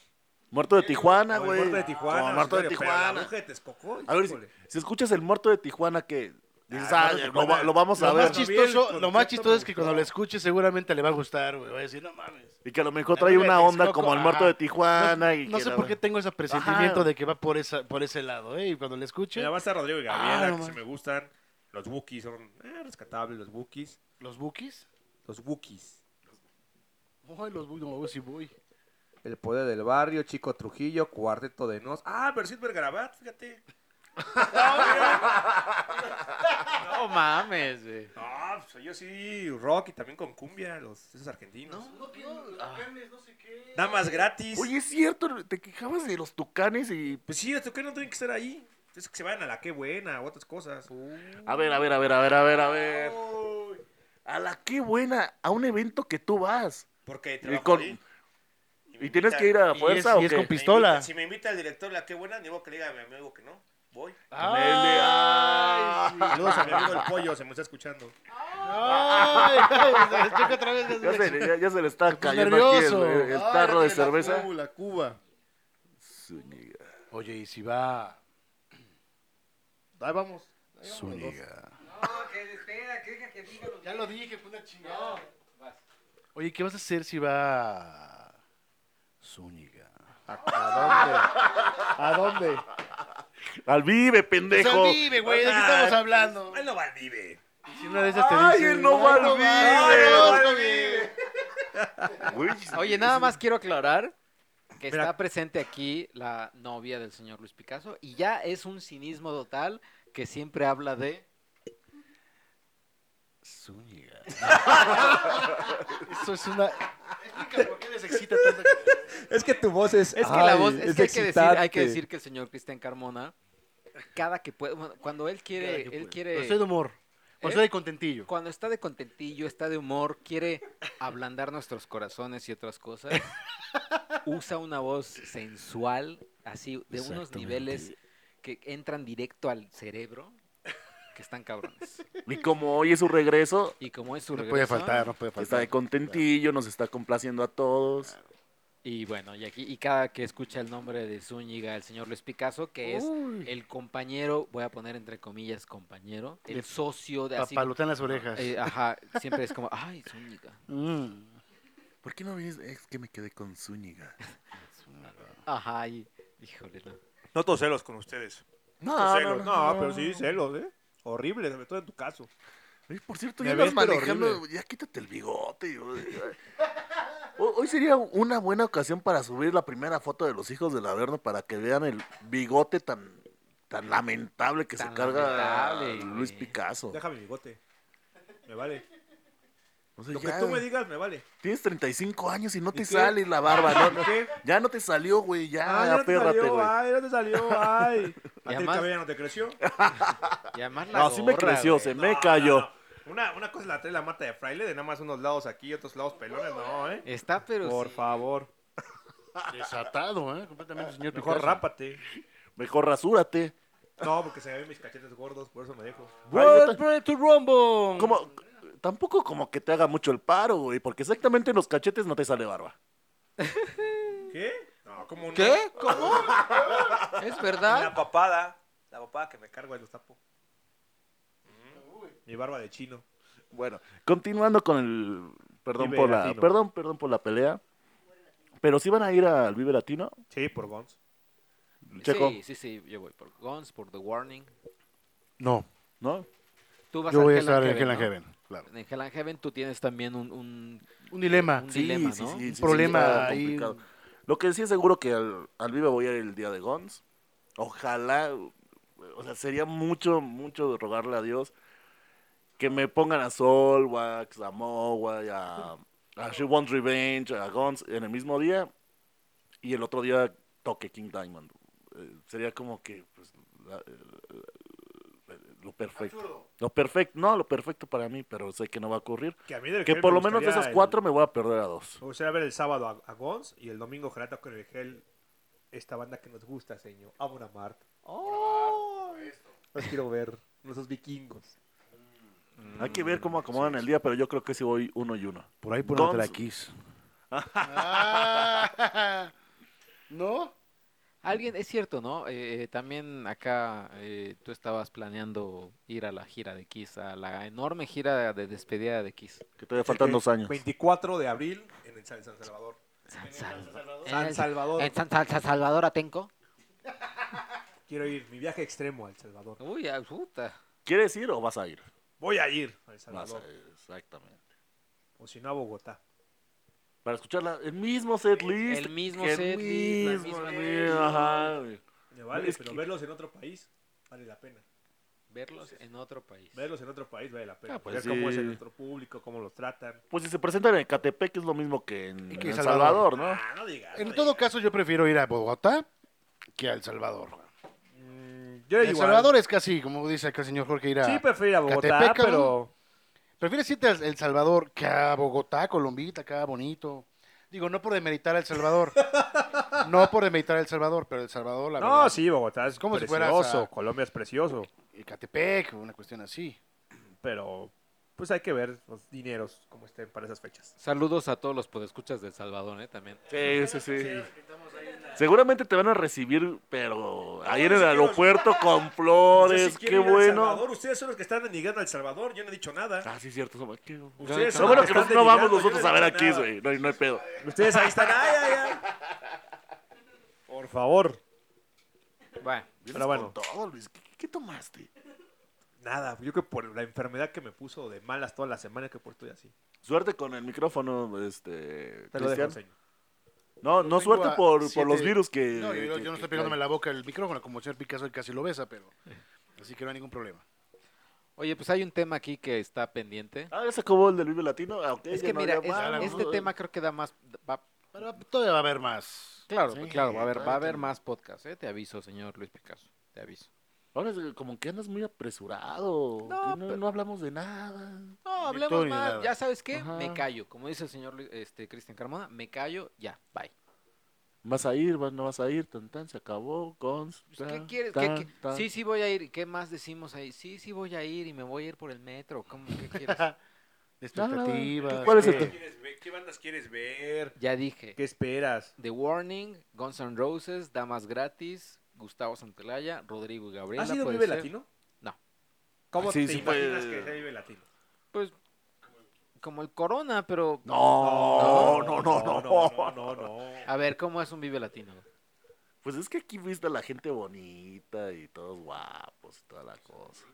B: Muerto de Tijuana,
D: O el
B: güey.
D: Muerto de Tijuana.
B: Como Muerto de
D: Osorio, pero la
B: Tijuana.
D: bruja de Texcoco,
B: A ver, si,
D: híjole.
B: si escuchas el muerto de Tijuana que dices,
D: Ah,
B: ah,
D: el Muerto de
B: lo, va-
D: Tijuana.
B: lo vamos a
D: Lo
A: Lo
B: ver.
A: más
D: ver.
A: chistoso, lo más
D: Concepto
A: chistoso es
D: me
A: que
D: gustó.
A: cuando lo escuche seguramente le va a gustar, güey. Va a decir, no mames.
B: Y que a lo mejor
A: La
B: trae
A: bruja de
B: una onda
A: Texcoco,
B: como el muerto
A: ajá.
B: de
A: Ah,
B: Tijuana. y
A: No
B: que
A: sé
B: la-
A: por qué tengo ese presentimiento
B: Ajá.
A: de que va por esa, por ese lado, eh. Y cuando le escuche,
D: Mira, va a estar Rodrigo y Gabriela,
A: Ah, no
D: que sí
A: mames.
D: me gustan. Los Wookiees son eh, rescatables, los Wookiees.
A: los bookies.
D: Los Wookiees.
A: Ay, los bookies, no, sí voy.
E: El poder del barrio, Chico Trujillo, Cuarteto de Nos.
D: Ah, pero Silver Grabat, fíjate.
C: No mames, güey.
D: No, pues yo sí, rock y también con cumbia, los, esos argentinos. Nada más gratis.
B: Oye, es cierto, te quejabas de los tucanes y...
D: Pues sí, hasta que no tienen que estar ahí. Es que se vayan a la qué buena o otras cosas.
B: A ver, a ver, a ver, a ver, a ver, a ver. A la qué buena, a un evento que tú vas.
D: Porque
B: Y,
D: trabajo
B: con-
D: ahí. me
B: y tienes
D: invitan.
B: que ir a
A: Y
B: fuerza
A: es-
B: o
A: y es
B: qué?
A: con
D: Me
A: pistola.
D: invitan. Si me invita el director la qué buena, digo que le diga a mi amigo que no. Voy.
B: Con el de-
A: Ay, sí.
D: Saludos a mi amigo el pollo, se me está escuchando.
A: Ay, ay, checa otra vez.
B: Ya se, ya- ya se le está
A: puse
B: cayendo aquí el,
A: nervioso.
B: el tarro de cerveza.
D: La Cuba.
B: Zúñiga.
A: Oye, y si va
D: Ahí vamos.
A: Zúñiga.
E: No, que espera, que deja que diga los...
A: Ya lo dije, fue una chingada. Oye, ¿qué vas a hacer si va Zúñiga? ¿A, dónde? ¿A dónde?
B: Al vive,
C: Pues
B: pendejo.
A: vive, güey, ¿de qué estamos hablando?
D: Él no va al vive.
A: Si una de esas te
B: Ay,
A: dice,
B: él no va al
A: "Ay,
B: Vive".
A: no va al Vive.
B: Güey,
C: Oye, nada más quiero aclarar que
D: Mira.
C: está presente aquí la novia del señor Luis Picasso y ya es un cinismo total que siempre habla de...
A: Zúñiga. Eso es una... Explica por qué les excita tanto.
E: Es que tu voz es...
C: Es que la voz, es, que hay que, decir, hay que decir que el señor Cristian Carmona, cada que puede, bueno, cuando él quiere,
A: Cada que
C: él
A: puede. Pues
C: quiere,
A: Cuando estoy de humor. Cuando
C: ¿Eh?
A: estoy de contentillo.
C: cuando está de contentillo, está de humor, quiere ablandar nuestros corazones y otras cosas, usa una voz sensual, así, de unos
A: Exactamente.
C: niveles que entran directo al cerebro, que están cabrones.
B: Y como hoy es su regreso,
C: Y como es su
A: No
C: regreso,
A: puede faltar, no puede
B: está de
A: faltar.
B: contentillo, nos está complaciendo a todos.
C: Y bueno, y aquí, y cada que escucha el nombre de Zúñiga, el señor Luis Picasso, que es el compañero, voy a poner entre comillas compañero, el
A: Le
C: socio de así.
A: Papalotean las orejas.
C: eh, ajá, siempre es como, ay, Zúñiga.
A: Mm.
B: ¿Por qué no vienes? Es que me quedé con Zúñiga.
C: Ajá, y, híjole, no.
D: No todos celos con ustedes.
B: No,
D: Todos
B: no, no,
D: celos. No,
B: no,
D: pero
B: no.
D: sí celos, ¿eh? Horrible, sobre todo en tu caso.
B: Oye, Por cierto,
D: Me
B: ya andas
D: ves, pero
B: manejando. Ya quítate el bigote. yo- Ho- Hoy sería una buena ocasión para subir la primera foto de los hijos del Averno para que vean el bigote tan, tan lamentable que
C: Tan
B: se carga
C: lamentable,
B: Luis
C: güey.
B: Picasso.
D: Déjame mi bigote. Me vale.
B: O sea,
D: Lo que
B: Pues ya
D: tú me digas, me vale.
B: Tienes 35 años y no te
D: qué?
B: sale la barba. ¿no?
D: ¿Por qué?
B: Ya no te salió, güey. Ya,
D: Ay, Ah, no te
B: apérrate,
D: salió,
B: güey.
D: ay, no te salió, ay.
C: Y
D: ¿A ti el
C: además-
D: cabello ya no te creció?
C: Y además la
B: No, sí me
C: gorra,
B: creció,
C: güey.
B: se
D: No,
B: me
D: no,
B: cayó.
D: no. Una, una cosa es la trae la mata de fraile, de nada más unos lados aquí y otros lados pelones, no, ¿eh?
C: Está, pero
D: Por
C: sí.
D: favor.
A: Desatado, ¿eh? Completamente, señor
D: Mejor
A: Picasso.
D: rápate.
B: Mejor rasúrate.
D: No, porque se me ven mis cachetes gordos, por eso me dejo.
A: ¡Vuelve tu rumbo!
B: Como, tampoco como que te haga mucho el paro, güey, porque exactamente en los cachetes no te sale barba.
D: ¿Qué? No, como una,
C: ¿Qué? ¿Ah? ¿Cómo? ¿Es
D: una
C: verdad?
D: papada. La papada que me cargo ahí los tapo. Mi barba de chino.
B: Bueno, continuando con el perdón
D: Vive
B: por la
D: Latino.
B: perdón, perdón por la pelea. Pero si van a ir al Vive Latino,
D: Sí, por Gons.
B: Checo,
C: Sí, sí, sí, yo voy por Guns, por The Warning.
A: No,
B: ¿no?
C: Tú vas
A: yo
C: al
A: voy a
C: Hell and
A: estar en Hell
C: Heaven,
A: and
C: ¿no?
A: Heaven. Claro.
C: En Hell and Heaven tú tienes también un, un-
A: Un dilema.
C: Un dilema, ¿no? Un
A: problema
B: está
A: ahí.
B: complicado. Lo que sí es seguro que al, al Vive voy a ir el día de Gons. Ojalá, o sea, sería mucho, mucho rogarle a Dios que me pongan a Solwax, a Mowa, a, a She Wants Revenge, a Gons en el mismo día y el otro día toque King Diamond. Eh, sería como que pues, la- eh, lo perfecto. Lo perfecto, no, lo perfecto para mí, pero sé que no va a ocurrir.
D: Que a mí del
B: Que
D: Hell
B: por lo
D: me
B: menos de
D: gustaría
B: esas
D: el-
B: cuatro me voy a perder a dos.
D: Me gustaría ver el sábado a, a Gons y el domingo Gerardo con el gel. Esta banda que nos gusta, señor. Amon Mart. ¡Oh! Los quiero ver. Nuestros vikingos.
B: Hay que ver cómo acomodan el día, pero yo creo que sí voy uno y uno.
A: Por ahí por
B: ponerte la
A: Ah. la Kiss. ¿No?
C: Alguien, es cierto, ¿no? Eh, también acá eh, tú estabas planeando ir a la gira de Kiss, a la enorme gira de despedida de Kiss.
B: Que todavía
D: eh,
B: faltan dos años.
D: 24 de abril en el San San Salvador.
C: San
D: San Salvador.
C: Salvador Atenco.
D: Quiero ir, mi viaje extremo al Salvador.
C: Uy, ah, puta.
B: ¿Quieres ir o vas a ir?
D: Voy a ir al
B: Vas a
D: Salvador.
B: ir, exactamente.
D: O si no, a Bogotá.
B: Para escucharla, el mismo set list.
C: El mismo
B: el
C: setlist, la
B: mismo,
C: misma
B: eh,
C: música.
B: ajá, güey.
D: Me vale,
B: Es
D: pero
B: que-
D: verlos en otro país vale la pena.
C: Verlos en otro país.
D: Verlos en otro país vale la pena.
B: Ah, pues
D: Ver cómo es
B: sí.
D: el otro público, cómo los tratan.
B: Pues si se presentan en Ecatepec es lo mismo que en,
A: Y que
B: El
A: Salvador.
B: Salvador, ¿no?
D: Ah, no digas.
A: En
D: no
A: todo
D: digas.
A: caso, yo prefiero ir a Bogotá que a El Salvador.
D: Mm, yo
A: El
D: igual.
A: Salvador es casi, como dice acá el señor Jorge, ir a...
D: Sí, prefiero ir a Bogotá,
A: Catepec, cabrón.
D: pero.
A: ¿Prefieres irte a El Salvador que a Bogotá, Colombita, acá bonito? Digo, no por demeritar a El Salvador. no por demeritar a El Salvador, pero El Salvador, la
D: No,
A: verdad,
D: sí, Bogotá es
A: Como si fueras
D: precioso.
A: a-
D: Colombia es precioso.
A: Ecatepec, una cuestión así.
D: Pero pues hay que ver los dineros como estén para esas fechas.
C: Saludos a todos los podescuchas de El Salvador, ¿eh? También.
B: Sí, sí, sí. Seguramente te van a recibir, pero ahí en el aeropuerto con flores, qué bueno.
D: ustedes son los que están denigando a El Salvador, yo no he dicho nada.
B: Ah, sí, cierto. Somos... qué-
D: Ustedes
B: Lo bueno
D: los
B: que nos-
D: están
B: no vamos
D: denigrando, yo
B: nosotros
D: no
B: a ver
D: he
B: aquí,
D: dicho
B: güey. No, hay- no hay pedo.
D: Ustedes ahí están, ay, ay, ay. Por favor.
C: Bueno,
D: Pero bueno.
B: Con todo, Luis. ¿Qué, qué tomaste?
D: Nada, yo creo que por la enfermedad que me puso de malas toda la semana que por estoy así.
B: Suerte con el micrófono, este.
D: Te lo dejo,
B: Cristian.
D: señor.
B: No, no
A: Tengo
B: suerte
A: a
B: por, por
A: siete-
B: los virus que.
A: No, yo, yo
B: que-
A: no
B: que-
A: estoy pegándome la boca el micrófono, como el señor Picasso y casi lo besa, pero... Así que no hay ningún problema.
C: oye, pues hay un tema aquí que está pendiente.
B: Ah, ya se acabó el del Vive Latino. Ah, ok,
C: Es
B: ya
C: que
B: no
C: mira,
B: había
C: es-
B: más.
C: este tema creo que da más... va-
A: Pero todavía va a haber más.
C: claro,
B: Sí,
C: claro, va a haber, va a haber
B: claro.
C: más podcasts, ¿eh? Te aviso, señor Luis Picasso. Te aviso.
B: Ahora es como que andas muy apresurado. que No,
C: pero-
B: no hablamos de nada.
C: No,
A: Ni tú
C: hablemos
A: ni
C: más.
A: nada.
C: Ya sabes qué,
B: Ajá.
C: me callo. Como dice el señor Luis- este, Cristian Carmona, me callo, ya, bye.
B: Vas a ir, vas- no vas a ir, tan tan, se acabó, consta.
C: Pues, ¿Qué quieres? ¿Qué-
B: tan,
C: qué-
B: tan.
C: Sí, sí voy a ir. ¿Y ¿Qué más decimos ahí? Sí, sí voy a ir y me voy a ir por el metro. ¿Cómo qué quieres?
A: Expectativas.
B: ¿Cuál es
A: que-
B: este?
D: ¿Qué bandas quieres ver?
C: ya dije.
D: ¿Qué esperas?
C: The Warning, Guns N' Roses, Damas Gratis, Gustavo Santelaya, Rodrigo y Gabriela.
D: ¿Has sido
C: puede
D: Vive
C: ser.
D: Latino?
C: No.
D: ¿Cómo
B: Ah, Sí,
D: te
B: sí fue-
D: imaginas que sea Vive Latino?
C: Pues como el Corona, pero
B: No, no, no, no,
D: no, no, no, no.
C: a ver, ¿cómo es un Vive Latino?
B: Pues es que aquí viste a la gente bonita y todos guapos y toda la cosa.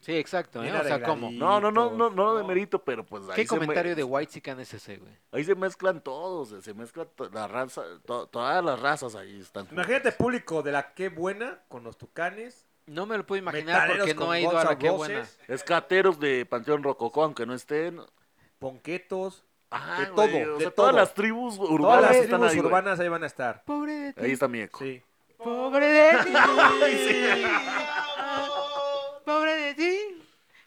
C: Sí, exacto, ¿eh?
D: Bien
C: O sea, ¿cómo?
D: arregladito.
B: No, no, no, no, no de
D: No.
B: mérito, pero pues ahí,
C: ¿Qué
B: se, me-
C: comentario de White es ese, güey?
B: ahí se mezclan todos, se mezclan to- la raza, to- todas las razas ahí están.
D: Imagínate público de la Qué Buena con los Tucanes.
C: No me lo puedo imaginar
D: metaleros
C: porque
D: con
C: no he ido
D: Guns
C: a la
D: N'
C: que buena.
D: Roses,
B: Escateros de Panteón Rococó, aunque no estén.
D: Ponquetos.
B: Ah,
D: De
B: güey,
D: todo,
B: o
D: de
B: sea, todas
D: todo.
B: las tribus urbanas
D: Todas las
B: están
D: tribus
B: ahí, güey.
D: urbanas ahí van a estar.
C: Pobre de ti.
B: Ahí está mi eco.
D: Sí.
C: Pobre de ti. Pobre de ti.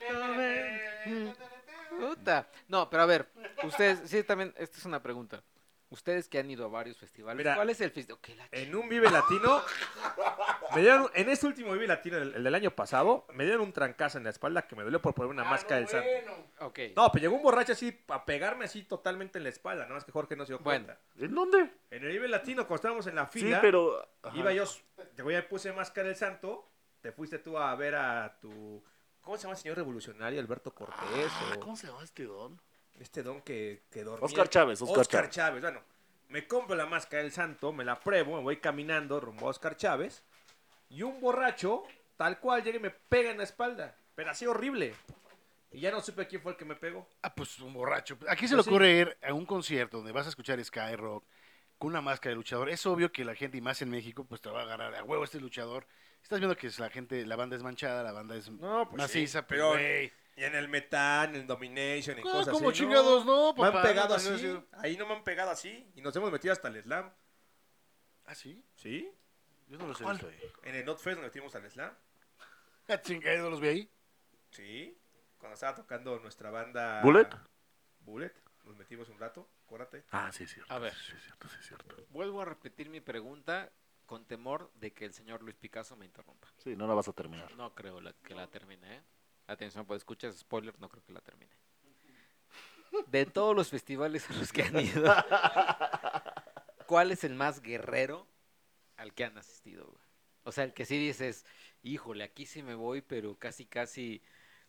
C: Pobre- Puta. No, pero a ver, ustedes, sí, también, esta es una pregunta. Ustedes que han ido a varios festivales,
D: Mira, eh,
C: ¿cuál es el festival? que la ch-
D: En un Vive Latino. me dieron, en este último Vive Latino, el, el del año pasado, me dieron un trancazo en la espalda que me dolió por
C: Ah,
D: poner una máscara del santo.
C: Ok.
D: No, pero llegó un borracho así a pegarme así totalmente en la espalda. Nada más que Jorge no se dio
C: Bueno.
D: cuenta.
B: ¿En dónde?
D: En el Vive Latino, cuando estábamos en la
B: Sí,
D: fila,
B: pero... ajá.
D: iba yo, te voy a puse máscara del santo. Te fuiste tú a ver a tu. ¿Cómo se llama el señor revolucionario? Alberto Cortés.
B: Ah,
D: o...
B: ¿Cómo se llama este don?
D: Este don que, que dormía.
B: Oscar Chávez, Oscar Chávez.
D: Chávez. Bueno, me compro la máscara del santo, me la pruebo, me voy caminando rumbo a Oscar Chávez. Y un borracho, tal cual, llega y me pega en la espalda. Pero así horrible. Y ya no supe quién fue el que me pegó.
A: Ah, pues un borracho. ¿A quién se le ocurre ir a un concierto donde vas a escuchar Sky Rock con una máscara de luchador? Es obvio que la gente, y más en México, pues te va a agarrar a huevo este luchador. Estás viendo que es la gente, la banda es manchada, la banda es
D: No, pues
A: maciza,
D: sí,
A: pero...
D: pero-
A: güey, Ah,
D: Y en el Metan, en el Domination, en
A: ¿Cómo
D: cosas así.
A: chingados no,
D: Me han
A: papá?
D: pegado
A: No,
D: así.
A: no, no.
D: Ahí no me han pegado así. Y nos hemos metido hasta el slam.
A: ¿Ah, sí?
D: ¿Sí?
A: Yo no los he
B: ¿Cuál?
A: visto ahí.
D: En el Not Fest nos metimos al slam.
A: Ah, chingada, yo no los vi ahí.
D: Sí. Cuando estaba tocando nuestra banda.
B: ¿Bullet?
D: Bullet. Nos metimos un rato, acuérdate.
B: Ah, sí, es cierto.
C: A ver.
B: Sí, es cierto, sí, es cierto.
C: Vuelvo a repetir mi pregunta con temor de que el señor Luis Picasso me interrumpa.
B: Sí, no la vas a terminar.
C: No creo la- que la termine, ¿eh? Atención, pues escuchas spoiler, no creo que la termine. De todos los festivales a los que han ido, ¿cuál es el más guerrero al que han asistido, güey. O sea, el que sí dices, híjole, aquí sí me voy, pero casi, casi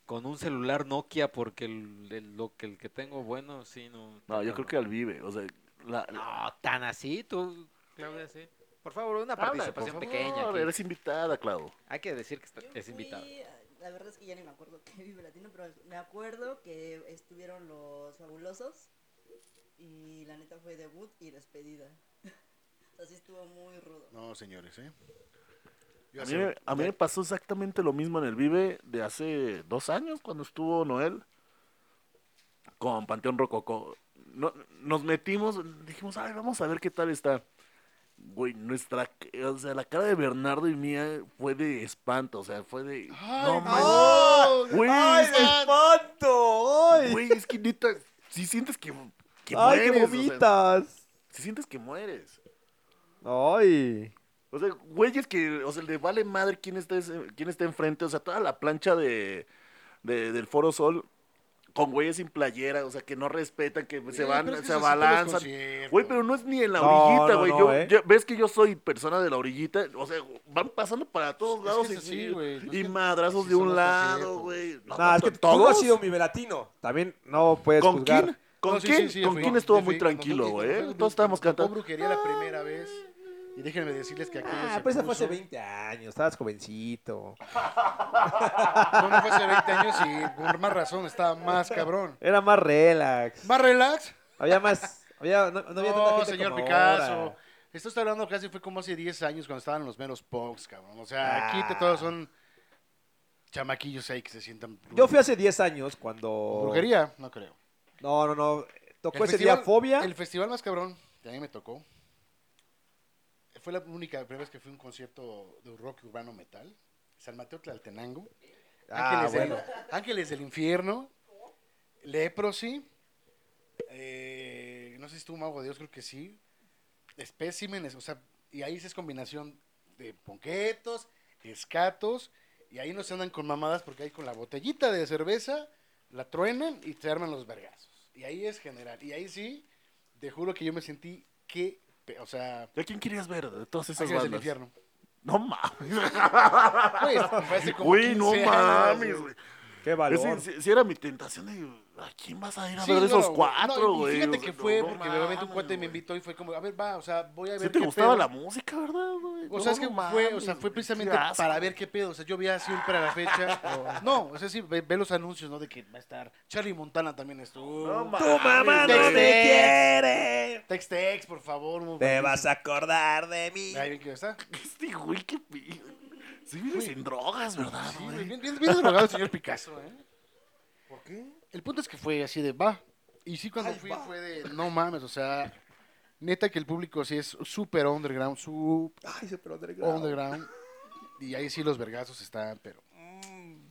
C: con un celular Nokia porque el, el- lo que, el que tengo bueno, sí, no.
B: No, yo creo que al vive. O sea, la-
C: No, tan así, tú, Claudia, sí. Por favor, una
B: Habla, por
C: participación
B: favor,
C: pequeña. aquí.
B: Eres invitada, Clau.
C: Hay que decir que está-
F: Yo
C: es
F: fui,
C: invitado.
F: La verdad es que ya ni me acuerdo que Vive Latino, pero me acuerdo que estuvieron los fabulosos y la neta fue debut y despedida. Así estuvo muy rudo.
A: No, señores, ¿eh? Yo
B: A mí,
A: hace-
B: me- a mí me pasó exactamente lo mismo en el Vive de hace dos años cuando estuvo Noel con Panteón Rococó. No, nos metimos, dijimos, ay, vamos a ver qué tal está. Güey, nuestra, o sea, la cara de Bernardo y mía fue de espanto, o sea, fue de... no manches.
A: ¡Oh!
B: Güey,
A: ¡Ay,
B: es que-
D: espanto! ¡Ay!
B: Güey, es que neta, si sientes que, que
E: ¡Ay, que
B: mueres, o sea,
E: vomitas!
B: si sientes que mueres.
E: ¡Ay!
B: O sea, güeyes que, o sea, le vale madre quién está, ese- quién está enfrente, o sea, toda la plancha de, de- del Foro Sol con güeyes sin playera, o sea, que no respetan, que se
A: Eh,
B: van,
A: pero es que
B: se
A: así están los
B: abalanzan.
A: conciertos.
B: Güey, pero no es ni en la
E: No,
B: orillita,
E: no,
B: güey.
E: no,
B: yo,
E: ¿eh?
B: yo- ¿Ves que yo soy persona de la orillita? O sea, van pasando para todos
A: Es
B: lados
A: que
B: y,
A: es así, güey, no es
B: y
A: que-
B: madrazos
A: sí
B: de
A: son
B: un
A: los
B: lado,
A: conciertos.
B: güey. No,
E: Nah, es que
D: Todo
B: todos.
D: ha sido mi velatino.
E: También no puedes
B: ¿Con
E: juzgar.
B: quién? ¿Con
A: No, sí,
B: quién?
A: sí, sí,
B: ¿Con
A: fui.
B: quién estuvo
A: Yo
B: muy
A: fui cuando
B: tranquilo,
A: fui,
B: güey?
A: cuando fui,
B: Todos estábamos
A: cuando
B: cantando.
A: fui brujería la primera vez. Y déjenme decirles que aquello
E: Ah,
A: se
E: pero eso fue
A: puso-
E: hace 20 años, estabas jovencito.
A: No, no fue hace 20 años y por más razón estaba más cabrón.
E: Era más relax.
A: ¿Más relax?
E: Había más. Había, no, no había tanta
A: No,
E: gente
A: señor
E: como
A: Picasso.
E: ahora.
A: Esto está hablando casi fue como hace 10 años cuando estaban los meros punks, cabrón. O sea,
E: Ah.
A: aquí te- todos son chamaquillos ahí que se sientan.
E: Yo fui hace 10 años cuando.
A: Brujería, no creo.
E: No, no, no. Tocó
A: El
E: ese
A: festival-
E: día Fobia.
A: El festival más cabrón, que a mí me tocó, fue la única primera vez que fui a un concierto de rock urbano metal. San Mateo Tlaltenango.
E: Ah,
A: Ángeles,
E: bueno.
A: del, Ángeles del Infierno. Leprosy. eh, no sé si estuvo Mago de Dios, creo que sí. Especímenes, o sea, y ahí sí es combinación de ponquetos, escatos, y ahí no se andan con mamadas porque ahí con la botellita de cerveza la truenan y se arman los vergazos. Y ahí es general. Y ahí sí, te juro que yo me sentí que, pe- o sea,
B: ¿Y a quién querías ver de todas esas
A: Ángeles del
B: bandas?
A: infierno.
B: No mames.
A: Güey, fue hace como
B: Güey, no
A: 15 años,
B: mames, güey.
E: Qué valor.
B: Si, era mi tentación de, ¿a quién vas a ir a
A: Sí,
B: ver Ah, de
A: no,
B: esos
A: güey.
B: cuatro,
A: No, y-
B: güey?
A: Y fíjate
B: O sea,
A: que fue
B: no
A: porque de repente un
B: mames,
A: cuate me
B: güey.
A: invitó y fue como, a ver, va, o sea, voy a ver.
B: Sí te
A: qué
B: gustaba
A: pedo.
B: la música, ¿verdad, güey?
A: O sea, es que
B: No, no
A: fue, o
B: mames,
A: sea, fue
B: güey,
A: precisamente
B: qué asco.
A: para ver qué pedo. O sea, yo veía siempre a la fecha. no, o sea, sí, ve, ve los anuncios, ¿no? De que va a estar. Charlie Montana también estuvo.
B: No mames.
E: Tu mamá no
A: Tex-Tex.
E: te quiere.
A: Tex Tex, por favor. muy
E: Te
A: buenísimo.
E: vas a acordar de mí.
A: Ahí bien que está.
B: Este güey, qué pi- Sí vive sin drogas, ¿verdad,
A: Sí, güey,
B: güey?
A: bien, bien, bien drogado el señor Picasso, ¿eh? ¿Por qué? El punto es que fue así de va. Y sí, cuando fui fue de no mames, o sea, neta que el público sí es súper underground, súper
E: Ay, se pero
A: Oh, underground. Y ahí sí los vergazos están, pero. mm.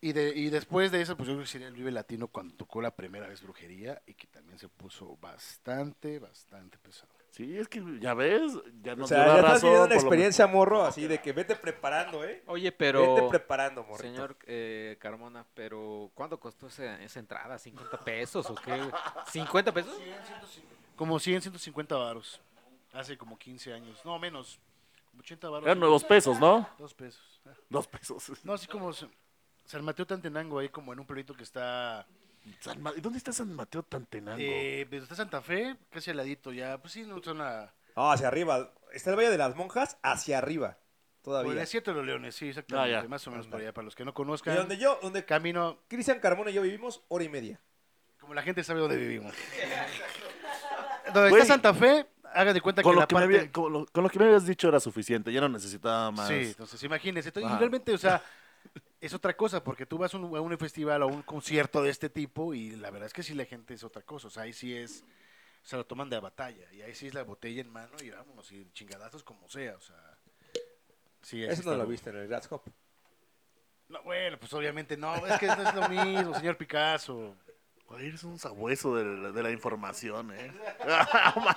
A: Y, de, y después de eso, pues yo creo que sería el Vive Latino cuando tocó la primera vez brujería y que también se puso bastante, bastante pesado.
B: Sí, es que ya ves, ya no
E: O
B: te
E: sea,
B: da
E: ya estás
B: razón.
E: viviendo una
B: por lo menos.
E: experiencia, morro, así de que vete preparando, ¿eh?
C: Oye,
E: Vete
D: Este
C: pero...
E: preparando, morro.
C: Señor eh, Carmona, pero ¿cuánto costó esa, esa entrada? ¿50 pesos o qué? ¿50 pesos?
A: Como 100, 150 varos. Hace como 15 años. No, menos. Como 80 varos.
B: Eran nuevos pesos, ¿no?
A: Dos pesos. Ah.
B: Dos pesos.
A: No, así como S- San Mateo Tantenango, ahí como en un pueblito que está.
B: San Ma- ¿Dónde está San Mateo Tantenango?
A: Eh, pues, está Santa Fe, casi al ladito ya. Pues sí, no zona.
E: No, hacia arriba. Está el Valle de las Monjas hacia arriba.
A: Por el
E: Todavía.
A: desierto de los Leones, sí, exactamente.
B: Ah, ya.
A: Más o menos por allá, para los que no
E: Y
A: conozcan.
E: donde yo, donde
A: Camino,
E: Cristian Carmona y yo vivimos, hora y media.
A: como la gente sabe dónde vivimos. Donde
B: Güey.
A: está Santa Fe, haga de cuenta
B: con,
A: que
B: lo
A: la
B: que me
A: parte.
B: había- con, lo, con lo que me habías dicho era suficiente, ya no necesitaba más.
A: Sí, entonces imagínense. Entonces, y
B: Ajá.
A: realmente, o sea, es otra cosa, porque tú vas a un, a un festival o a un concierto de este tipo y la verdad es que sí la gente es otra cosa. O sea, ahí sí es, se lo toman de a batalla y ahí sí es la botella en mano y vámonos, y chingadazos como sea, o sea. Sí, así
E: Eso no
A: está
E: lo
A: bueno.
E: viste en el Grasshop.
A: No, bueno, pues obviamente no, es que no es lo mismo, señor Picasso.
B: Güey, eres un sabueso de, la- de la información, ¿eh?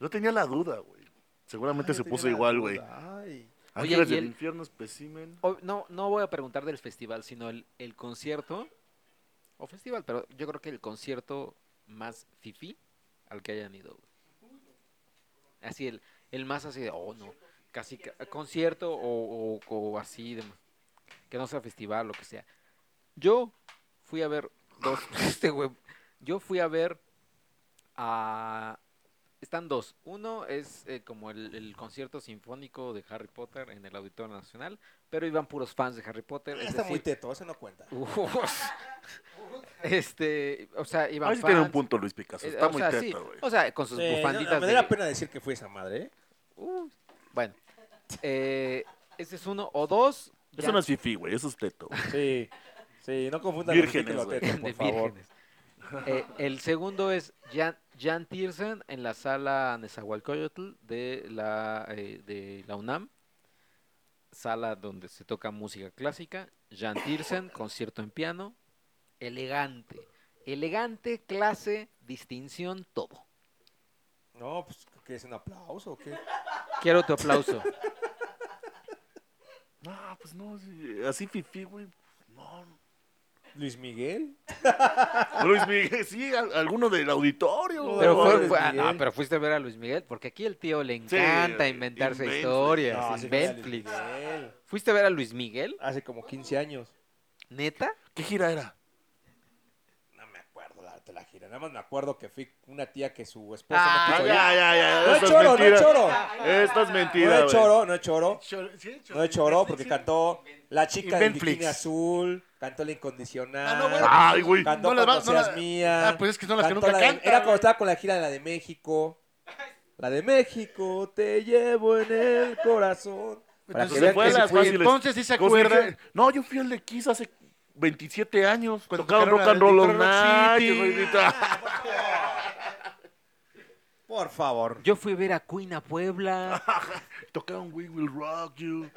B: Yo tenía la duda, güey. Seguramente
D: Ah,
B: se puso igual, güey.
E: Ay.
C: Oye,
B: Ángeles
C: ¿y
B: del
C: el-
B: infierno, especimen.
C: O- no, no voy a preguntar del festival, sino el, el concierto. O festival, pero yo creo que el concierto más fifi al que hayan ido. güey. Así el, El más así de, oh, no, casi ca- concierto o, o- o así, de- que no sea festival, lo que sea. Yo fui a ver dos, este güey, yo fui a ver a... Están dos. Uno es eh, como el, el concierto sinfónico de Harry Potter en el Auditorio Nacional, pero iban puros fans de Harry Potter. Es
D: Ah, Está muy
C: decir,
D: teto, eso no cuenta.
C: Uf. este, o sea, iban
B: Ahí sí tiene un
C: fans,
B: punto Luis Picasso.
C: eh,
B: Está
C: o
B: muy
C: sea, sí,
B: teta, güey.
C: o sea, con sus
D: Sí, no,
E: Eh,
C: bufanditas
D: no, me
C: de-
D: da la pena decir que fue esa madre, ¿eh?
C: Uh, bueno, eh, ese es uno o dos. ya-
B: Eso no es fifi, güey. Eso es teto. güey.
D: Sí, sí, no confundan
B: Vírgenes,
D: los
B: güey.
D: tetos, por
C: de
D: favor.
C: vírgenes. Eh, el segundo es Jan, Jan Tiersen en la sala Nezahualcóyotl de la, eh, de la UNAM, sala donde se toca música clásica. Jan Tiersen, concierto en piano, elegante, elegante, clase, distinción, todo.
D: No, pues, ¿qué es un aplauso o qué?
C: Quiero tu aplauso.
B: No, pues no. sí, Así fifi, güey. No.
D: ¿Luis Miguel?
B: Luis Miguel, sí, al- alguno del auditorio. güey.
C: Pero,
D: No,
C: fue-
D: Luis
C: fue- ah,
D: Miguel.
C: no, pero fuiste a ver a Luis Miguel, porque aquí el tío le
B: Sí,
C: encanta inventarse
B: inventa.
C: historias,
D: No, así fue a Luis
C: Inventflix.
D: Miguel.
C: ¿Fuiste a ver a Luis Miguel?
D: Hace como 15 años.
C: ¿Neta?
B: ¿Qué gira era?
D: No me acuerdo la, de la gira. Nada más me acuerdo que fui una tía que su esposa
C: Ah,
D: no
B: Ah,
D: quiso
B: ya,
D: ir.
B: ya, ya.
D: No
B: esto
D: es
B: es
D: choro, no
B: mentira.
D: es choro.
B: Esto es mentira,
D: No
B: güey.
D: es choro, no es choro.
A: Chor- sí, chor-
D: No es choro porque cantó La chica del
A: Inventflix.
D: bikini azul, cantó La incondicional.
A: Ah, no, bueno.
B: Ay, güey.
D: Cantó
A: No las
D: Cuando
A: va- no
D: seas
A: la-
D: mía.
A: Ah, pues es que son las que
D: cantó
A: nunca
D: la de-
A: cantan.
D: Era cuando estaba con la gira de la de México. La de México te llevo en el corazón. Para
A: Entonces,
D: que vean
B: fue
D: que
B: a
D: sí
B: las
D: fui.
B: fáciles.
A: Entonces, ¿sí se
B: Pues dije,
A: acuerdan?
B: no, yo fui al de Kiss hace 27 años.
A: Cuando
B: Tocaron rock and
A: tocaron
B: roll
A: la de
B: all
A: Detroit Rock
B: night.
A: City.
B: güey, ahorita.
D: Por favor.
C: Yo fui a ver a Queen a Puebla,
B: Tocaron We Will Rock You.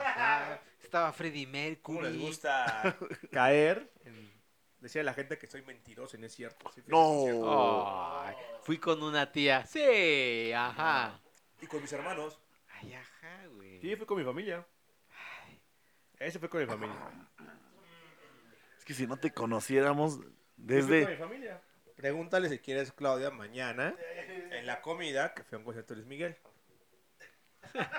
C: estaba Freddie
D: ¿Cómo les
C: Mercury.
D: gusta caer? en- Decía la gente que soy mentiroso y no es cierto. Sí, es cierto.
C: Oh.
B: No.
C: Ay, fui con una tía. Sí, ajá.
D: Y con mis hermanos.
C: Ay, ajá, güey.
D: Sí, fui con mi familia. Ese fue con mi familia.
B: Es que si no te conociéramos
D: Sí, fui
B: desde.
D: con mi familia. Pregúntale si quieres, Claudia, mañana en la comida que fue a un concierto de Luis Miguel.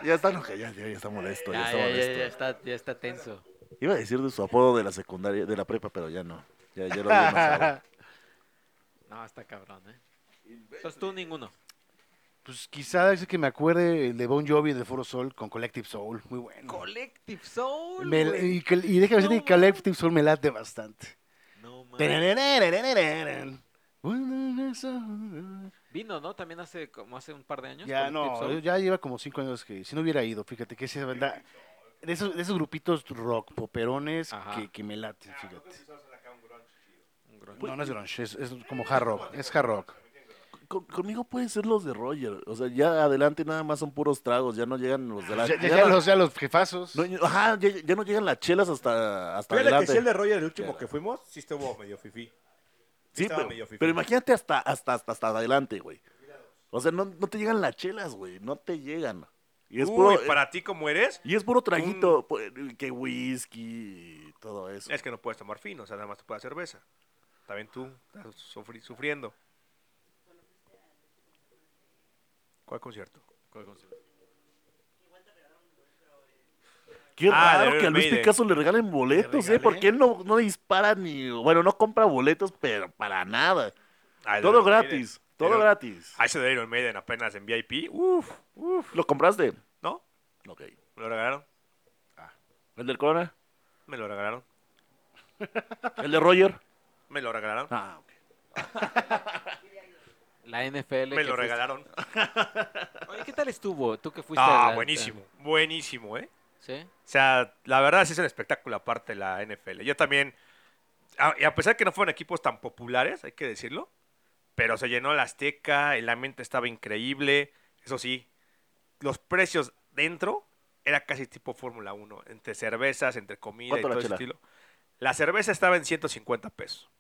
B: Ya está, no, que ya, ya, ya está molesto. Ya,
C: Ya,
B: está
C: ya, ya,
B: molesto.
C: ya está, ya está tenso.
B: Iba a decir de su apodo de la secundaria, de la prepa, pero ya no. Ya, ya lo había pasado.
C: No, está cabrón, ¿eh? Entonces tú ninguno.
A: Pues quizá es que me acuerde el de Bon Jovi de Foro Sol con Collective Soul. Muy bueno.
C: Collective Soul.
A: Me-
C: güey.
A: y, que- y déjame decirte
C: No,
A: que Collective Soul me late bastante.
C: No, man.
A: Ya
C: Vino, ¿no? También hace como hace un par de años. Collective
A: no,
C: Soul.
A: ya lleva como cinco años que si no hubiera ido, fíjate que esa verdad. De esos, de esos grupitos rock poperones
C: Ajá.
A: que, que me laten, fíjate.
C: Un grunge.
A: No, no es grunge, es, es como hard rock, es hard rock.
B: Con- conmigo pueden ser los de Roger. O sea, ya adelante nada más son puros tragos. Ya no llegan los de la.
A: Ya, ya-
B: ya
A: ya
B: no-
A: los, ya los jefazos.
B: no- ajá, ya, ya no llegan las chelas hasta, hasta
D: Fíjate que
B: adelante.
D: si el de Roger, el último que fuimos, sí estuvo medio fifí.
B: Sí,
D: Estaba
B: pero,
D: medio fifí.
B: pero imagínate hasta, hasta, hasta, hasta adelante, güey. O sea, no, no te llegan las chelas, güey. No te llegan. Y es,
D: Uy,
B: puro,
D: para ti como eres,
B: y es puro traguito, pu- que whisky y todo eso.
D: es que no puedes tomar fino, o sea, nada más te puede dar cerveza. También tú estás sufri- sufriendo. ¿Cuál concierto? ¿Cuál concierto?
B: Qué
D: Ah, de
B: raro
D: Iron
B: que a Luis
D: Maiden.
B: Picasso le regalen boletos, ¿eh?
D: regalen.
B: Porque él no, no dispara ni... Bueno, no compra boletos, pero para nada.
D: Ah,
B: Todo gratis, todo gratis.
D: A Ah, ese de Iron Maiden apenas en VIP. Uf, uf.
B: ¿Lo compraste?
D: uh, ¿No?
B: Ok.
D: Me lo regalaron.
B: ¿El del Corona?
D: Me lo regalaron.
B: ¿El de Roger?
D: Me lo regalaron.
B: Ah, ok.
C: La NFL.
D: Me
C: que
D: lo
C: fuiste-
D: regalaron.
C: Oye, ¿qué tal estuvo? Tú que fuiste. a
D: Ah,
C: la-
D: buenísimo. Buenísimo, ¿eh?
C: ¿Sí?
D: O sea, la verdad sí es un espectáculo aparte la NFL. Yo también, a, y a pesar que no fueron equipos tan populares, hay que decirlo, pero se llenó la Azteca, el ambiente estaba increíble. Eso sí, los precios dentro era casi tipo Fórmula 1, entre cervezas, entre comida y
B: ¿Cuánto la
D: todo ese
B: chela?
D: estilo. La cerveza estaba en 150 pesos,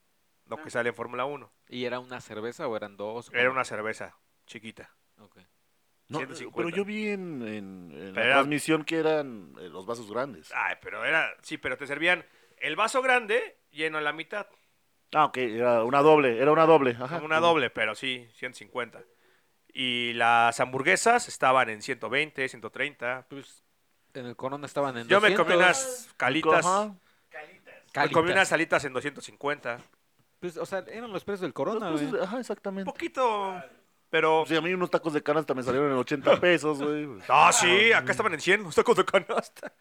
D: lo que sale en Fórmula 1.
C: ¿Y era una cerveza o eran dos? o
D: Era
C: cómo?
D: una cerveza chiquita.
C: Ok.
B: No,
D: 150.
B: pero yo vi en, en- en la
D: Pero era-
B: transmisión que eran eh, los vasos grandes.
D: Ay, pero era, sí, pero te servían el vaso grande lleno a la mitad.
B: Ah, ok, era una doble, era una doble. Ajá.
D: Como una doble, pero sí, 150. Y las hamburguesas estaban en 120, 130.
C: Pues, en el Corona estaban en
D: Yo me comí
C: 200.
D: unas calitas.
B: Ajá.
D: Me
C: Calitas.
D: comí unas alitas en 250.
C: Pues, o sea, eran los precios del
B: Los
C: Corona,
B: precios
C: güey.
B: de- pues, Ajá,
D: Un
B: exactamente.
D: poquito, pero...
B: Sí, a mí unos tacos de canasta me salieron en 80 pesos, güey.
D: Ah, sí, acá estaban en 100, los tacos de canasta.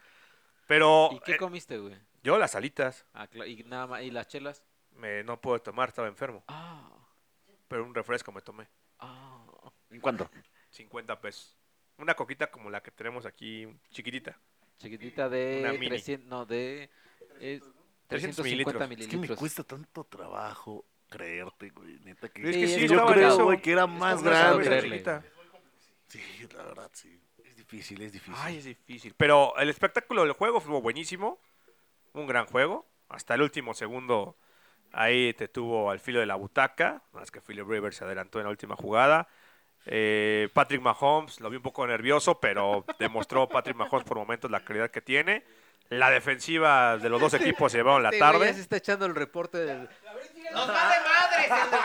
D: Pero
C: ¿Y qué
D: eh,
C: comiste, güey?
D: yo las alitas,
C: Ah, cla- y nada más, y las chelas.
D: me, no puedo tomar, estaba enfermo.
C: Ah,
D: Pero un refresco me tomé,
C: ah.
B: ¿En cuánto?
D: 50 pesos. Una coquita como la que tenemos aquí, chiquitita.
C: Chiquitita
D: Una
C: de
D: mini.
C: 300, no, de eh,
D: 300
C: 350
D: mililitros.
B: Es que me
C: mililitros.
B: cuesta tanto trabajo creerte, güey. Neta que...
D: Es
C: Sí,
D: que sí,
C: es
B: yo
D: estaba en
C: complicado.
B: creo,
D: eso.
B: güey, que era más
C: complicado
B: grande.
D: Estaba en esa
C: creerle.
D: chiquita.
B: Sí, la verdad, sí. Es difícil, es difícil.
D: Ay, es difícil. Pero el espectáculo del juego fue buenísimo. Un gran juego. Hasta el último segundo ahí te tuvo al filo de la butaca. Más que Philip Rivers se adelantó en la última jugada. Eh, Patrick Mahomes lo vi un poco nervioso, pero demostró Patrick Mahomes por momentos la calidad que tiene. La defensiva de los dos equipos se llevaron la
C: Este güey ya
D: tarde.
C: se está echando el reporte del...
G: ¡Nos vale madres!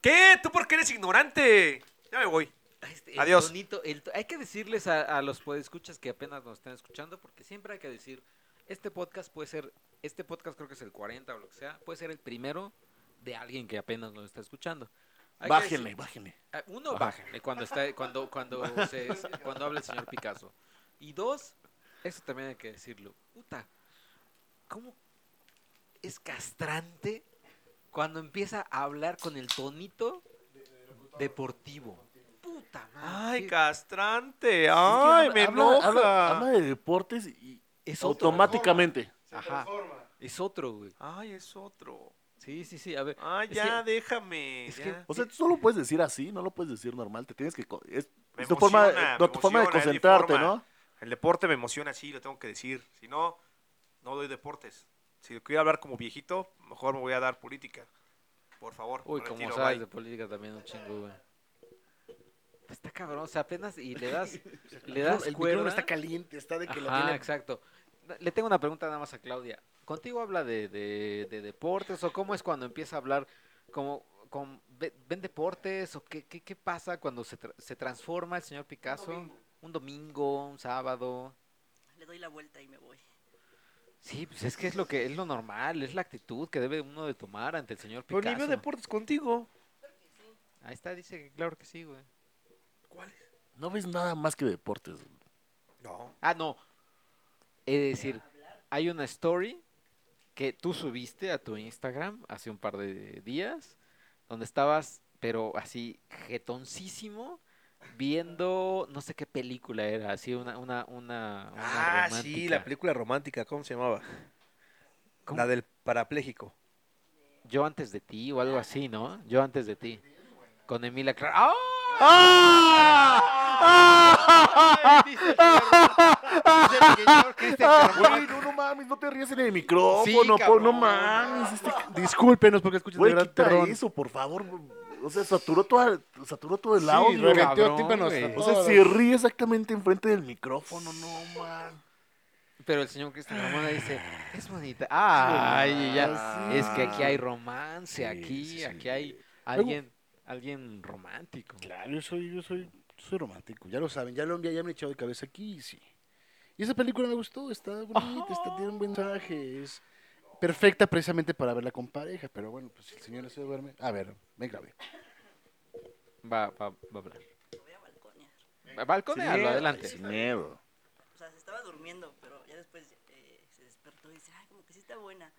D: ¿Qué? ¿Tú por qué eres ignorante? Ya me voy.
C: Este, el
D: Adiós.
C: tonito, el to- Hay que decirles a, a los podescuchas que apenas nos están escuchando, porque siempre hay que decir, este podcast puede ser, este podcast creo que es el 40 o lo que sea, puede ser el primero de alguien que apenas nos está escuchando. Hay que
B: Bájenle,
C: decir-
B: bájenle.
C: Ah, Uno, bájenle cuando, está, cuando, cuando, se- cuando habla el señor Picasso. Y dos, eso también hay que decirlo. Puta, ¿cómo es castrante cuando empieza a hablar con el tonito deportivo? Puta madre.
D: Ay,
C: qué-
D: castrante.
B: Es que
D: Ay,
B: habla-
D: me
B: habla-
D: enoja.
B: Habla, habla de deportes y
C: es otro,
B: automáticamente.
C: Ajá. Es otro, güey.
D: Ay, es otro.
C: Sí, sí, sí. A ver.
D: Ay,
C: Es
D: Ah, ya,
C: que-
D: déjame.
C: es
D: ya.
C: que-
B: O sea, tú solo puedes decir así, no lo puedes decir normal. Te tienes que. co- Es,
D: Me
B: es tu forma,
D: emociona,
B: eh, no,
D: me
B: tu forma de
D: emociona, es mi
B: concentrarte,
D: forma.
B: ¿no?
D: El deporte me emociona, sí, lo tengo que decir. Si no, no doy deportes. Si quiero hablar como viejito, mejor me voy a dar política. Por favor.
C: Uy,
D: me
C: como
D: retiro,
C: sabes
D: bye.
C: de política también un chingo, güey. Pues Está cabrón, o sea, apenas y le das, le das
A: el
C: cuerda.
A: micrófono está caliente, está de que lo
C: Ajá,
A: tiene.
C: exacto. Le tengo una pregunta nada más a Claudia. ¿Contigo habla de, de- de deportes o cómo es cuando empieza a hablar? Como, con, ve- ¿Ven deportes o qué, qué, qué pasa cuando se, tra- se transforma el señor Picasso? Un domingo, un sábado.
F: Le doy la vuelta y me voy.
C: Sí, pues es que es lo que es lo normal, es la actitud que debe uno de tomar ante el señor
D: Pero
C: Picasso.
D: ni veo deportes contigo.
C: Ahí está, dice que claro que sí, güey.
B: No ves nada más que deportes.
D: No.
C: Ah, no. Es decir, hay una story que tú subiste a tu Instagram hace un par de días, donde estabas, pero así, jetoncísimo, viendo no sé qué película era, así una, una, una, una
D: Ah, sí, la
C: romántica.
D: película romántica, ¿cómo se llamaba?
C: ¿Cómo?
D: La del parapléjico.
C: Yo antes de ti o algo así, ¿no? Yo antes de ti. Con Emilia Clarke. ¡Ah!
A: ¡Ah!
C: Ay, dice el señor- dice el señor Christian Carmona.
B: Güey, no, no mames, no te rías en el micrófono, po,
C: cabrón.
B: no mames. este ca-
A: Discúlpenos porque escuchan
B: Güey,
A: de verdad
B: quita
A: terrón.
B: eso, por favor. O sea, saturó todo, saturó todo el
A: Sí,
B: audio.
A: reventeó
C: cabrón,
A: tímpanos
C: güey.
A: a
B: o sea,
A: todas.
B: se ríe exactamente enfrente del micrófono, no mames.
C: Pero el señor Cristian Ramona dice, es bonita. Ay, ya.
B: sí.
C: Es que aquí hay romance, aquí,
B: sí, sí.
C: aquí hay alguien, alguien romántico.
A: Claro, yo soy, yo soy, yo soy romántico, ya lo saben, ya lo envié, ya me he echado de cabeza aquí y sí. Y esa película me gustó, está bonita, está, tiene un buen mensaje, es perfecta precisamente para verla con pareja, pero bueno, pues si el señor se duerme, a ver, me grabé.
C: Va, va, va a hablar.
F: Lo voy a balconear.
C: Va- Balconealo, adelante.
B: Sin miedo.
F: O sea, se estaba durmiendo, pero ya después eh, se despertó y dice, ay, como que sí está buena.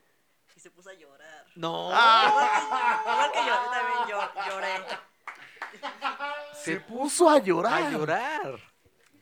F: Y se puso a llorar.
C: No.
A: Ah,
F: Igual que yo, yo también llor- lloré.
B: Se puso a llorar.
C: A llorar.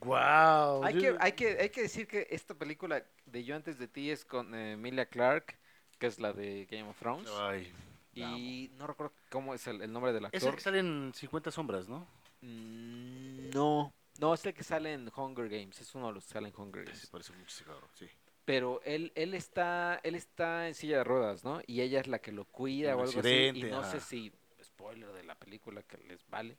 A: Wow.
C: Hay que, hay, que, hay que decir que esta película de Yo antes de ti es con eh, Emilia Clarke, que es la de Game of Thrones.
A: Ah,
B: Ay,
C: y no recuerdo cómo es el, el nombre del
A: Es el
C: actor.
A: que sale en 50 sombras, ¿no?
C: Mm, No. No, es el que sale en Hunger Games. Es uno de los que sale en Hunger Games.
A: parece mucho ese cabrón, sí.
C: pero él, él está, él está en silla de ruedas, ¿no? Y ella es la que lo cuida
A: En
C: o
A: un
C: algo así. Y
A: accidente,
C: no
A: ajá.
C: sé si spoiler de la película que les vale,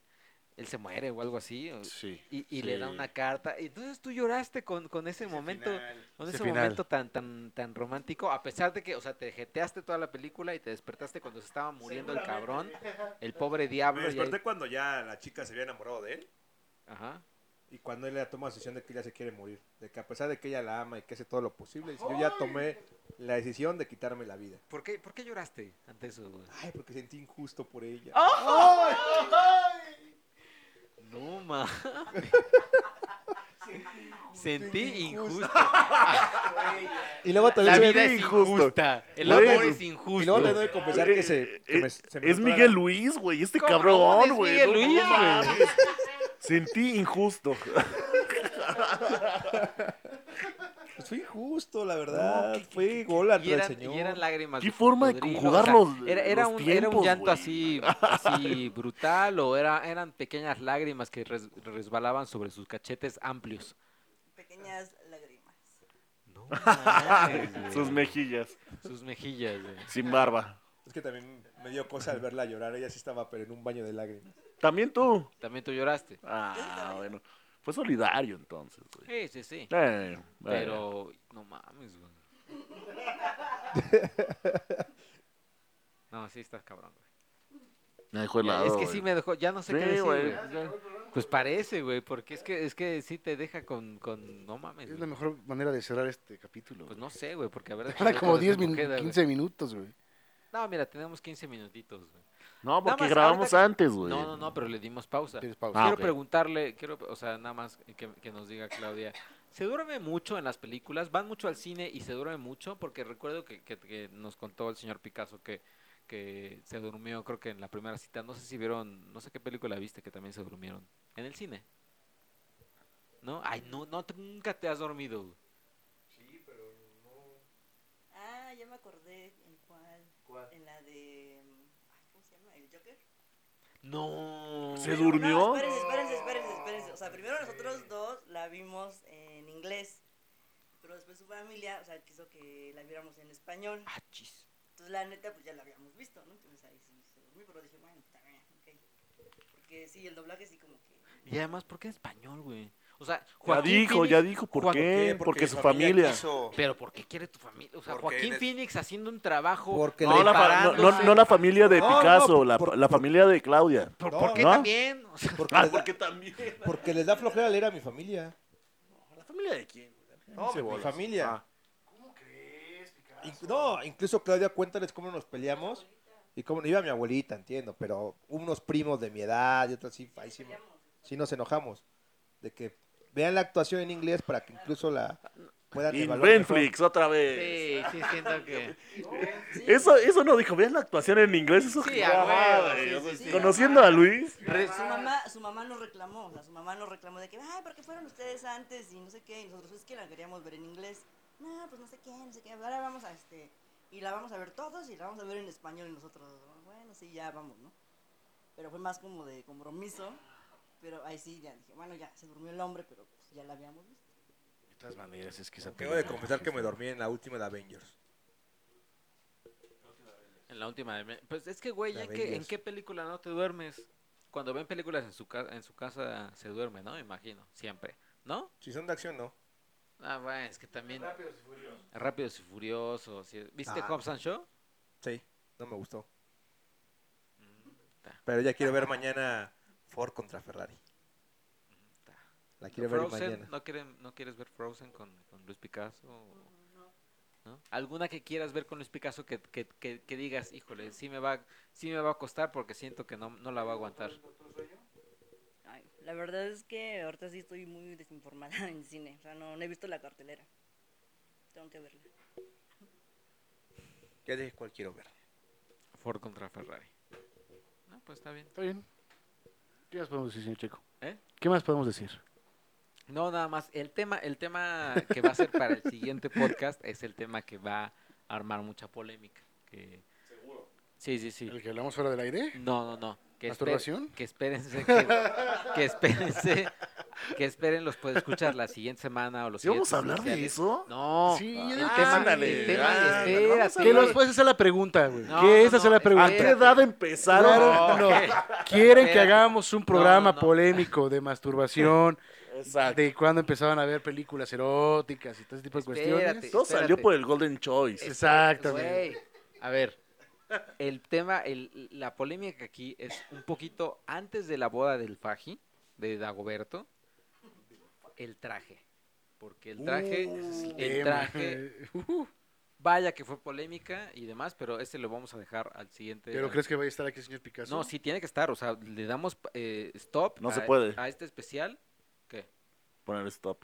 C: él se muere o algo así. o-
A: Sí.
C: Y, y le da
A: Sí.
C: una carta. Y Entonces tú lloraste con, con ese, momento, con
A: Ese
C: ese
A: final.
C: momento tan, tan, tan romántico, a pesar de que, o sea, te jeteaste toda la película y te despertaste cuando se estaba muriendo el cabrón, el pobre
D: Me
C: diablo. y ahí-
D: desperté cuando ya la chica se había enamorado de él.
C: Ajá.
D: Y cuando él le toma la decisión de que ella se quiere morir. De que a pesar de que ella la ama y que hace todo lo posible, dice, yo ya tomé la decisión de quitarme la vida.
C: ¿Por qué, ¿Por qué lloraste ante eso? güey?
D: Ay, porque sentí injusto por ella.
C: Oh. No, ma. Sentí injusto.
D: Y luego te
C: La
D: doy-
C: vida es
B: injusto.
C: injusta. El
B: Güey,
C: amor es
D: Y luego le
C: injusto.
D: doy que confesar que se... que me-
B: es,
D: se me
B: eh, es
D: notó la-
B: Miguel Luis, güey. Este
C: ¿Cómo
B: cabrón,
C: es
B: güey.
C: Miguel Luis,
B: mames. Sentí injusto.
D: Pues fue injusto, la verdad. fue gol atrás
C: Y
D: del
C: eran,
D: señor.
C: y eran lágrimas.
B: Qué
C: de
B: forma de
C: cocodrilo,
B: conjugar los-
C: era, era
B: los
C: un, era un
B: tiempos,
C: llanto
B: güey.
C: así, así brutal o era, eran pequeñas lágrimas que res- resbalaban sobre sus cachetes amplios.
F: Pequeñas lágrimas.
C: No, mames, Ah, güey.
B: Sus mejillas.
C: Sus mejillas. güey.
B: Sin barba.
D: Es que también me dio cosa al verla llorar. Ella sí estaba, pero en un baño de lágrimas.
B: También tú.
C: También tú lloraste.
B: Ah, bueno. Fue solidario entonces,
C: Sí,
B: güey.
C: sí, sí.
B: Eh, bueno.
C: Pero, no mames, güey. No, sí estás cabrón, güey.
B: Me dejó helado,
C: es que
B: güey.
C: sí me dejó, ya no sé
B: Sí,
C: qué decir,
B: güey.
C: güey. Pues parece, güey, porque es que es que sí te deja con con no mames.
A: Es la
C: güey.
A: mejor manera de cerrar este capítulo.
C: Pues
A: güey.
C: no sé, güey, porque a ver.
A: Ahora
C: déjame
A: como
C: ver
A: 10
C: cómo
A: min-
C: queda, güey.
A: 15 minutos, güey.
C: No, mira, tenemos 15 minutitos, güey.
B: No, porque
C: más
B: grabamos
C: ahorita-
B: antes, güey.
C: No, no, no, pero le dimos pausa.
A: Tienes
B: Ah,
A: pausa.
C: quiero
B: ok.
C: preguntarle, quiero, o sea, nada más que, que nos diga Claudia. ¿Se duerme mucho en las películas? ¿Van mucho al cine y se duerme mucho? Porque recuerdo que, que- que nos contó el señor Picasso que, que se durmió, creo que en la primera cita. No sé si vieron, no sé qué película viste que también se durmieron. ¿En el cine? ¿No? Ay, no, no, tú nunca te has dormido. güey.
F: Ah, ya me acordé en cuál. En la de. mm, ay, ¿Cómo se llama? ¿El Joker?
C: No.
B: ¿Se durmió?
F: No, espérense, espérense, espérense, espérense. O sea, primero nosotros dos la vimos en inglés. Pero después su familia, o sea, quiso que la viéramos en español.
C: Ah, chis.
F: Entonces, la neta, pues ya la habíamos visto, ¿no? Entonces ahí sí se durmió, pero dije, bueno, está bien, ok. Porque sí, el doblaje sí, como que.
C: Y además, ¿por qué en español, güey? O sea,
B: Ya
C: Joaquín
B: dijo,
C: Phoenix-
B: ya dijo. ¿Por
C: Joaquín-
B: qué? Eh, Porque, su familia.
H: quiso-
C: Pero ¿por qué quiere tu familia? O sea,
H: Porque
C: Joaquín
H: de-
C: Phoenix haciendo un trabajo.
D: Porque
B: No, la fa- no, no-
C: preparándose.
B: no la familia de
D: No,
B: Picasso,
D: no,
B: la,
D: por-
B: la
D: por-
B: familia de Claudia.
C: ¿Por,
D: No,
C: por qué
B: ¿no?
C: también? O sea,
B: Ah,
D: Porque, les da,
B: también.
D: porque les da flojera leer a mi familia.
B: ¿La familia de quién?
D: No, pues, mi
B: Cebolas.
D: familia.
B: Ah.
D: Inc- no, incluso Claudia, cuéntales cómo nos peleamos. Y cómo iba mi abuelita, entiendo, pero unos primos de mi edad y otros sí, ahí sí, me- sí nos enojamos. De que vean la actuación en inglés para que incluso la puedan
B: Y
D: evaluar mejor.
B: Netflix, otra vez.
C: sí, sí, siento que.
B: Eso, eso no dijo, vean la actuación en inglés, eso
C: Sí,
B: que-
C: a huevo,
B: Ah,
C: sí,
B: güey,
C: sí,
B: o sea,
F: sí.
B: Conociendo a Luis,
F: Su mamá, su mamá nos reclamó, o sea, su mamá nos reclamó de que, ay, ¿por qué fueron ustedes antes? Y no sé qué, y nosotros es que la queríamos ver en inglés. No, pues no sé qué, no sé qué, ahora vamos a este, y la vamos a ver todos y la vamos a ver en español y nosotros, bueno, sí, ya vamos, ¿no? Pero fue más como de compromiso, pero ahí sí, ya dije, bueno, ya, se durmió el hombre, pero pues, ya la habíamos visto.
A: De todas maneras, es que esa
D: Tengo de
A: película-
D: confesar que me dormí en la última de Avengers.
C: En la última de. Pues es que, güey,
D: La
C: ¿en qué, ¿en
D: Avengers.
C: qué película no te duermes? Cuando ven películas en su, ca- en su casa se duerme, ¿no? Me Imagino, siempre. ¿No?
D: Si son de acción, no.
C: Ah, bueno, es que también. Rápidos y Furiosos. Rápidos y Furiosos. sí. ¿Viste
D: Ah.
C: Hobbs and Shaw?
D: Sí, no me gustó.
B: Mm,
D: Pero ya quiero ver mañana Ford contra Ferrari.
B: Mm,
D: La quiero ver
C: Frozen,
D: mañana.
C: ¿no, quieren, ¿No quieres ver Frozen con, con Luis Picasso? o- ¿No? ¿Alguna que quieras ver con Luis Picasso que, que, que, que digas, híjole, sí me, va, sí me va a costar porque siento que no, no la va a aguantar?
F: Ay, la verdad es que ahorita sí estoy muy desinformada en cine, o sea, no, no he visto la cartelera. Tengo que verla.
D: Ya dije cuál quiero ver.
C: Ford contra Ferrari. No, pues está bien.
A: Está bien. ¿Qué más podemos decir, señor Checo?
C: ¿Eh?
A: ¿Qué más podemos decir?
C: No, nada más. El tema, el tema que va a ser para el siguiente podcast es el tema que va a armar mucha polémica. Que... Sí, sí, sí.
A: ¿El que hablamos fuera del aire?
C: No, no, no. Que espe-
A: ¿Masturbación?
C: que espérense, que, que espérense que esperen, los puede escuchar la siguiente semana o los
B: ¿Sí vamos
C: siguientes
B: a hablar de
C: especiales.
B: eso?
C: No.
A: Sí,
C: Ah,
A: ya
C: el
A: de-
C: tema,
B: ándale,
C: el tema,
B: ya,
C: espérate.
A: Que nos puedes hacer la pregunta, güey.
C: No,
A: que
C: no,
A: esa
C: no,
A: es la
B: ¿A
A: pregunta.
B: qué edad empezaron?
A: No, no. Quieren que
C: Espérate.
A: hagamos un programa
C: no.
A: polémico de masturbación,
B: Exacto.
A: de cuando empezaban a ver películas eróticas y todo ese tipo de
C: Espérate.
A: cuestiones.
B: Todo salió por el Golden Choice.
A: Exactamente.
C: Güey, A ver, el tema, el- la polémica aquí es un poquito antes de la boda del Faji, de Dagoberto, el traje. Porque el traje,
B: Uh,
C: el traje, vaya que fue polémica y demás, pero este lo vamos a dejar al siguiente.
A: ¿Pero crees que vaya a estar aquí el señor Picasso?
C: No, sí tiene que estar, o sea, le damos eh, stop
B: No se
C: a-
B: puede.
C: a este especial. ¿Qué?
B: Poner stop.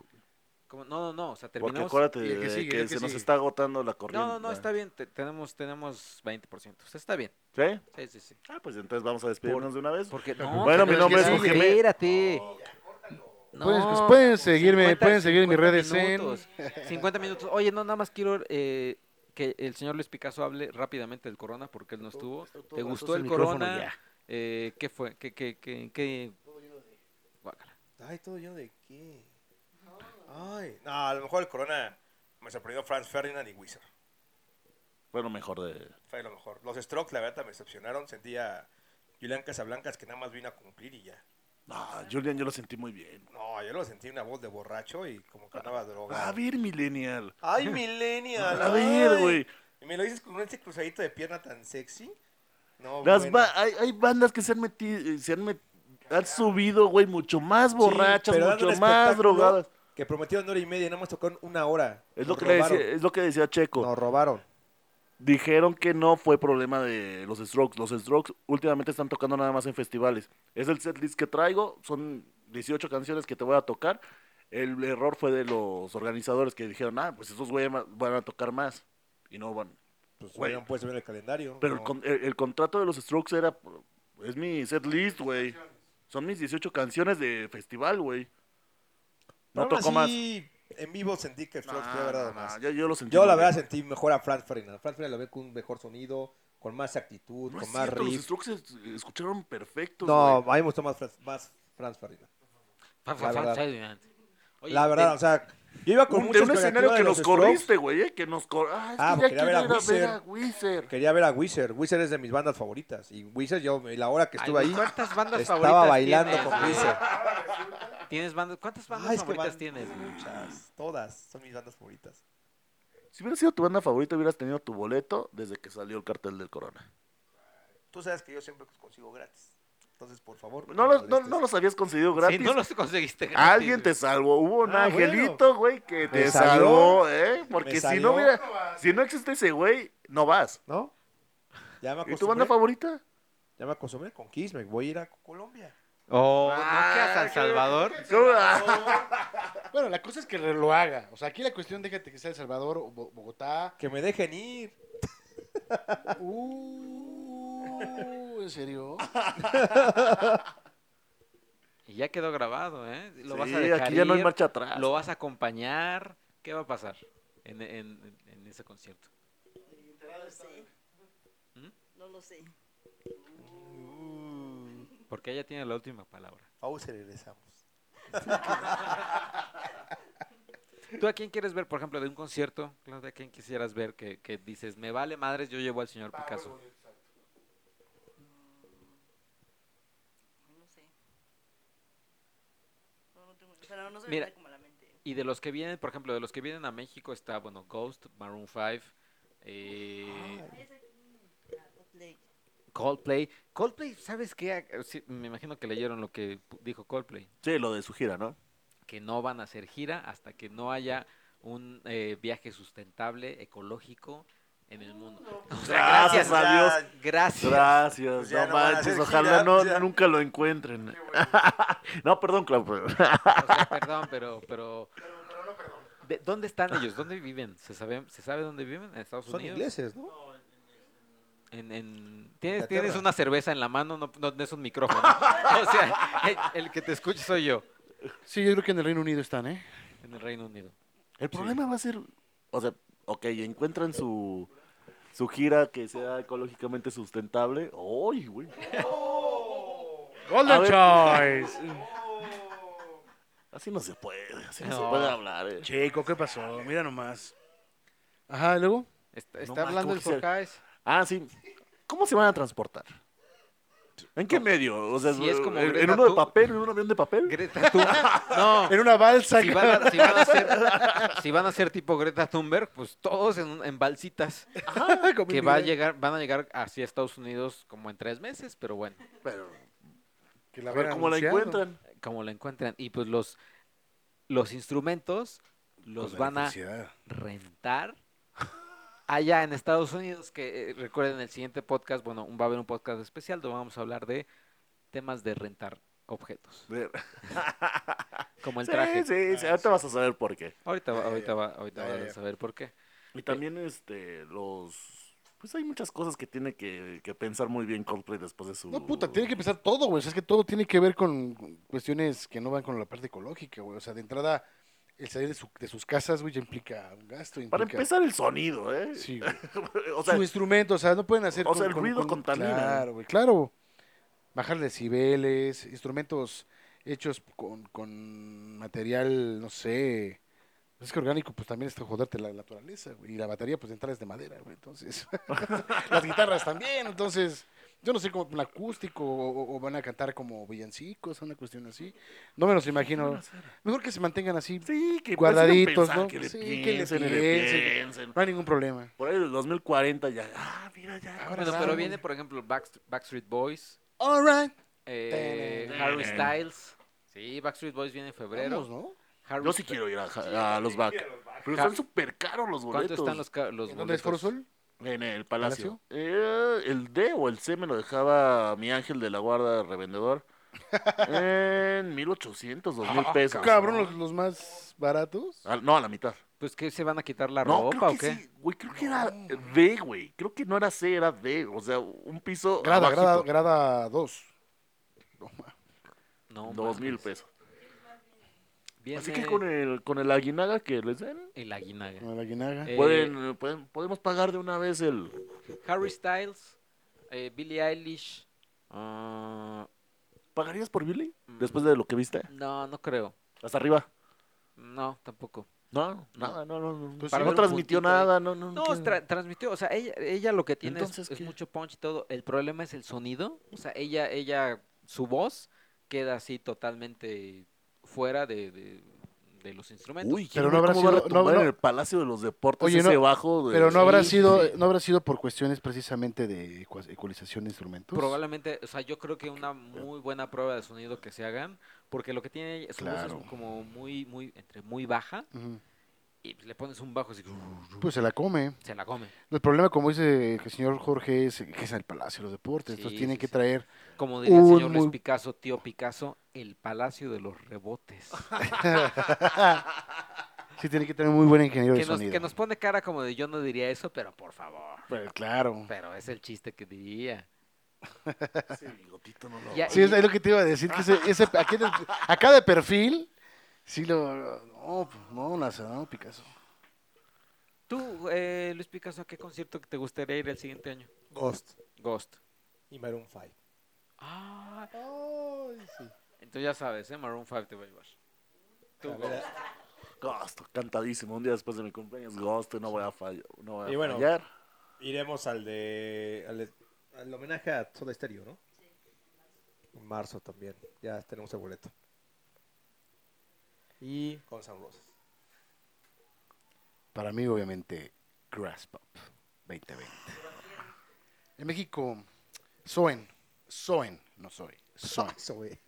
C: ¿Cómo? No, no, no, o sea,
B: Porque
C: terminamos.
B: acuérdate
A: y el que
B: de
A: sigue,
B: que
A: el que
B: se nos
A: sigue.
B: está agotando la corriente.
C: No, no, no, está bien, te- tenemos, tenemos 20%, o sea, está bien.
B: ¿Sí?
C: Sí, sí, sí.
B: Ah, pues entonces vamos a despedirnos de una vez.
C: Porque no, pero
B: Bueno, mi
C: que
B: nombre
A: es
C: sí,
B: Jujeme.
C: Espérate. No,
A: Pueden- pues, pueden seguirme-
C: 50,
A: pueden seguir en mis
C: 50
A: redes en-
C: minutos, 50 minutos. Oye, no, nada más quiero eh, que el señor Luis Picasso hable rápidamente del corona porque él no estuvo. ¿Te gustó el corona? Eh, ¿Qué fue? ¿Qué, qué, qué, qué? Guácala.
D: Ay, todo yo de qué. Ay.
I: No, a lo mejor el Corona me sorprendió Franz Ferdinand y Wizard.
B: Bueno, mejor de.
I: Fue lo mejor. Los Strokes, la verdad, me decepcionaron. Sentía Julián Casablancas que nada más vino a cumplir y ya.
B: No, Julian, yo lo sentí muy bien.
I: No, yo lo sentí una voz de borracho y como que andaba
B: A
I: droga.
B: ver, Millennial.
I: Ay, millennial.
B: Ah, A ver,
I: ay.
B: güey.
I: Y me lo dices con ese cruzadito de pierna tan sexy. No,
B: Las
I: bueno.
B: ba- hay, hay bandas que se han metido, se han, met- han subido, güey, mucho más
I: Sí,
B: borrachas,
I: pero dando
B: mucho
I: un
B: más
I: espectáculo
B: drogadas.
I: Que prometieron hora y media y nada más tocaron una hora.
B: Es lo,
D: Nos
B: que le decía,
D: robaron.
B: es lo que decía Checo.
E: Nos robaron.
B: Dijeron que no fue problema de los Strokes. Los Strokes últimamente están tocando nada más en festivales. Es el setlist que traigo, son 18 canciones que te voy a tocar. El error fue de los organizadores que dijeron, ah, pues esos güeyes ma- van a tocar más. Y no van.
I: Pues
B: Güey.
I: hubieran puesto bien el calendario.
B: Pero el,
I: no.
B: con- el- el contrato de los Strokes era, es mi setlist, güey. Son mis 18 canciones de festival, güey.
I: Pero
B: No
I: aún
B: tocó más.
I: así, En vivo sentí que el Strokes
B: No,
I: fue verdad
B: no, no,
I: más.
B: yo, yo lo sentí.
D: Yo
B: muy
D: la
B: bien.
D: verdad sentí mejor a Franz Ferdinand. Franz Ferdinand lo ve con un mejor sonido, con más actitud,
B: No es
D: con más
B: cierto, los
D: riff.
B: Strokes es- escucharon perfectos.
D: No,
B: güey.
D: a mí me gustó más Franz, más Franz Ferdinand.
C: Fa-
D: La
C: fa- fa-
D: verdad.
C: Ferdinand. Oye,
D: la verdad,
C: de-
D: o sea, yo iba con
B: Un-
D: mucha
B: de un escenario
D: expectativa
B: que
D: de
B: nos
D: los Strokes.
B: corriste, güey, eh, que nos cor... Ah, es
D: Ah,
B: que
D: porque
B: ya
D: era ver
B: quiero
D: a
B: ir a ver
D: Wizard.
B: a Wizard.
D: Quería ver a Wizard. Wizard es de mis bandas favoritas. Y Wizard, yo, la hora que
C: Ay,
D: estuve ahí,
C: ¿Cuántas bandas
D: estaba
C: favoritas
D: bailando
C: tienes?
D: con Wizard.
C: ¿Tienes bandas? ¿Cuántas bandas
D: Ay, es que
C: favoritas
D: van-
C: tienes?
D: Muchas, todas son mis bandas favoritas.
B: Si hubiera sido tu banda favorita, hubieras tenido tu boleto desde que salió el cartel del Corona.
I: Tú sabes que yo siempre los consigo gratis. Entonces, por favor.
B: No,
I: me
B: los, no,
I: molestes.
B: no los habías conseguido
C: Si
B: gratis.
C: no los conseguiste. gratis,
B: Alguien te salvó. Hubo un
I: Ah,
B: angelito, güey, que te
D: Me
B: salvó,
D: salió.
B: ¿eh? Porque si
D: salió.
B: no hubiera, si no existe ese güey, no vas.
D: ¿No? Ya me
B: ¿Y tu banda
D: acostumbré,
B: favorita?
D: ya me acostumbré con Kiss, me voy a ir a Colombia.
C: Oh, ¿no
B: Ah,
C: que a San Salvador?
B: ¿Cómo? Ah,
A: Bueno, la cosa es que lo haga. O sea, aquí la cuestión, déjate que sea El Salvador o Bo- Bogotá.
D: Que me dejen ir.
A: Uh, ¿En serio?
C: Y ya quedó grabado, ¿eh? Lo vas
B: Ah, sí,
C: a dejar
B: aquí ya no hay
C: ir,
B: marcha atrás.
C: lo vas a acompañar. ¿Qué va a pasar en, en- en ese concierto?
F: No lo sé.
C: ¿Mm?
F: No lo sé.
D: Mm,
C: Porque ella tiene la última palabra.
I: Aún se regresamos.
C: ¿Tú a quién quieres ver, por ejemplo, de un concierto? Claudia, ¿a quién quisieras ver que, que dices, me vale madres, yo llevo al señor Picasso?
F: No sé. No, no tengo- o sea, no, no se me
C: Mira.
F: viene como a la mente.
C: Y de los que vienen, por ejemplo, de los que vienen a México está, bueno, Ghost, Maroon 5, eh,
F: Play.
C: Coldplay. Coldplay, ¿sabes qué? Ah, sí, me imagino que leyeron lo que pu- dijo Coldplay,
B: Sí, lo de su gira, ¿no?
C: que no van a hacer gira hasta que no haya un eh, viaje sustentable, ecológico en el mundo. O sea,
B: Gracias
C: gracias,
B: a Dios.
C: gracias.
B: Gracias,
I: Pues ya
B: no
I: no van a
B: manches,
I: hacer
B: ojalá
I: gira,
B: no,
I: ya.
B: nunca lo encuentren. no, perdón, Claudio.
C: O sea, perdón, pero, pero. ¿De- ¿Dónde están ellos? ¿Dónde viven? ¿Se sabe, ¿se sabe dónde viven? ¿En Estados
D: Son
C: Unidos?
D: ingleses, ¿no?
C: En, en- ¿Tienes,
D: Inglaterra.
C: tienes una cerveza en la mano, no, no es un micrófono. o sea, el, el que te escuche soy yo
A: Sí, yo creo que en el Reino Unido están, ¿eh?
C: en el Reino Unido.
B: El problema va a ser, o sea, ok, encuentran su, su gira que sea ecológicamente sustentable. ¡Ay, güey!
A: Golden
B: A ver.
A: Choice.
B: Así no se puede, así no, se
C: No.
B: puede hablar. eh.
A: Chico, ¿qué pasó? Mira nomás. Ajá, ¿y luego.
C: Está,
B: No
C: está
B: más,
C: hablando
B: ¿cómo
C: el
B: que se-
C: Focáez.
B: Ah, sí. ¿Cómo se van a transportar? ¿En qué medio? O sea,
C: Si es como
B: ¿en,
C: Greta
B: en uno de
C: Thun-
B: papel? ¿En un avión de papel?
C: Greta Thunberg. No,
A: En una balsa.
C: si
A: cabrón.
C: van, a, si van a ser, si van a ser tipo Greta Thunberg, pues todos en, un- en balsitas
A: Como
C: que va a
A: inmigrante.
C: llegar, van a llegar hacia Estados Unidos como en tres meses, pero bueno,
B: Pero,
A: Que
B: a ver
A: habían
B: cómo la
A: anunciado.
B: encuentran.
C: como la encuentran. Y pues los, los instrumentos los
A: Con la
C: van a
A: electricidad.
C: rentar allá en Estados Unidos, que eh, recuerden el siguiente podcast, bueno, un- va a haber un podcast especial donde vamos a hablar de temas de rentar objetos, como el
B: Sí,
C: traje.
B: sí, sí, ahorita vas a saber por qué.
C: Ahorita, va- ahorita, va- ahorita
A: Ya, ya,
C: vas
A: ya.
C: a saber por qué.
B: Y también, este, los... Pues hay muchas cosas que tiene que, que pensar muy bien Coldplay después de su...
A: No, puta, tiene que empezar todo, güey. O sea, es que todo tiene que ver con cuestiones que no van con la parte ecológica, güey. O sea, de entrada, el salir de, su- de sus casas, güey, ya implica un gasto.
B: Para
A: implica-
B: empezar, el sonido, ¿eh?
A: Sí, güey.
B: o sea,
A: su instrumento, o sea, no pueden hacer.
B: o sea, el ruido contamina.
A: Claro, güey, claro. Bajar decibeles, instrumentos hechos con, con material, no sé. Es que orgánico, pues también está joderte la naturaleza, güey. Y la batería, pues de entrada es de madera, güey. Entonces, las guitarras también. Entonces, yo no sé cómo, un acústico o, o van a cantar como villancicos, una cuestión así. No me los imagino. Mejor que se mantengan así.
B: sí, que
A: Cuadraditos,
B: empiecen a
A: ¿no?
B: Que le
A: Sí, que le
B: piensen, que le
A: piensen.
B: piensen.
A: No hay ningún problema.
B: Por ahí del 2040 ya, ah, mira ya.
A: Ahora
C: Bueno, pero
A: saben.
C: viene, por ejemplo, Backst- Backstreet Boys,
A: All right.
C: eh, Harry Styles. Sí, Backstreet Boys viene en febrero.
A: Vamos, ¿no?
C: Harry
B: Yo sí
C: Styles-
B: quiero ir a, a los back. Pero
C: Ja-
B: están súper caros los
C: ¿Cuánto
B: boletos.
C: están los, ca- los
A: ¿En dónde es Foro
C: boletos?
A: Sol?
B: En el Palacio. Eh, el D o el C me lo dejaba mi ángel de la guarda revendedor. en 1800, 2000 pesos.
A: Cabrón, los, los más baratos.
B: Ah, no, a la mitad.
C: Pues que se van a quitar la
B: No,
C: ropa
B: creo
C: o
B: que
C: qué?
B: sí. Güey, creo que era D, güey. Creo que no era C, era D. O sea, un piso.
A: Grada,
B: abajito.
A: grada, grada 2.
C: No,
B: Dos mil
C: mames.
B: pesos.
C: Viene
B: Así que con el, con el aguinaga que les den,
C: el aguinaga.
A: La guinaga.
C: Eh,
B: pueden, pueden- podemos pagar de una vez el...
C: Harry Styles, eh, Billie Eilish. ah,
B: ¿Pagarías por Billy? Después de lo que viste.
C: no, no creo.
B: Hasta arriba.
C: No, tampoco.
B: No, nada, no, no. no.
A: Pues sí,
B: Para no
A: un
B: transmitió
C: puntito ahí.
B: nada, no, no.
C: No,
B: que-
C: tra- transmitió, o sea, ella, ella lo que tiene es-
B: Entonces,
C: es,
B: ¿qué?
C: mucho punch y todo. El problema es el sonido, o sea, ella, ella, su voz queda así totalmente fuera de, de- de los instrumentos.
B: Uy,
A: Pero no
B: pero no
A: habrá
B: cómo va
A: sido-
B: a retumbar
A: no, no.
B: en el Palacio de los Deportes
A: Oye,
B: ese
A: no,
C: pues,
B: bajo. de-
A: Pero no habrá
B: Sí,
A: sido,
B: sí.
A: no habrá sido por cuestiones precisamente de ecua- ecualización de instrumentos.
C: Probablemente, o sea, yo creo que
A: Eh.
C: una muy buena prueba de sonido que se hagan, porque lo que tiene ella- su voz
A: Claro.
C: es como muy, muy, entre muy baja,
A: Ujú.
C: y le pones un bajo así,
A: Pues se la come.
C: se la come.
A: El problema, como dice el señor Jorge, es que es el Palacio de los Deportes.
C: Sí,
A: entonces tienen
C: sí,
A: que
C: sí.
A: traer.
C: Como diría el
A: Un
C: señor Luis
A: muy-
C: Picasso, tío Picasso, el palacio de los rebotes.
A: Sí, tienen que tener muy buen ingeniero
C: que,
A: de
C: nos,
A: sonido.
C: que nos pone cara como de yo no diría eso, pero por favor.
A: Pues, claro.
C: Pero es el chiste que diría.
B: Ese bigotito no lo-
C: Ya-
A: Sí, es, es lo que te iba a decir. Que ese, ese- aquí en el- acá de perfil, sí lo. No, pues, no, Lázaro, no, Picasso.
C: Tú, eh, Luis Picasso, ¿a qué concierto que te gustaría ir el siguiente año?
D: Ghost
C: Ghost.
D: y Maroon 5.
C: Ah. Entonces ya sabes, ¿eh? Maroon 5 te va a llevar. Tú, Ghost.
B: Gosto, cantadísimo. Un día después de mi cumpleaños, Gosto, no voy a fallar. No voy a
D: Y bueno,
B: fallar.
D: Iremos al de al, de- al homenaje a Soda Stereo, ¿no? En marzo también. Ya tenemos el boleto. Y con San Rosas.
A: Para mí, obviamente, Grass Pop 2020. En México, Soen. Soen, no soy. Soen.
D: Eso, güey.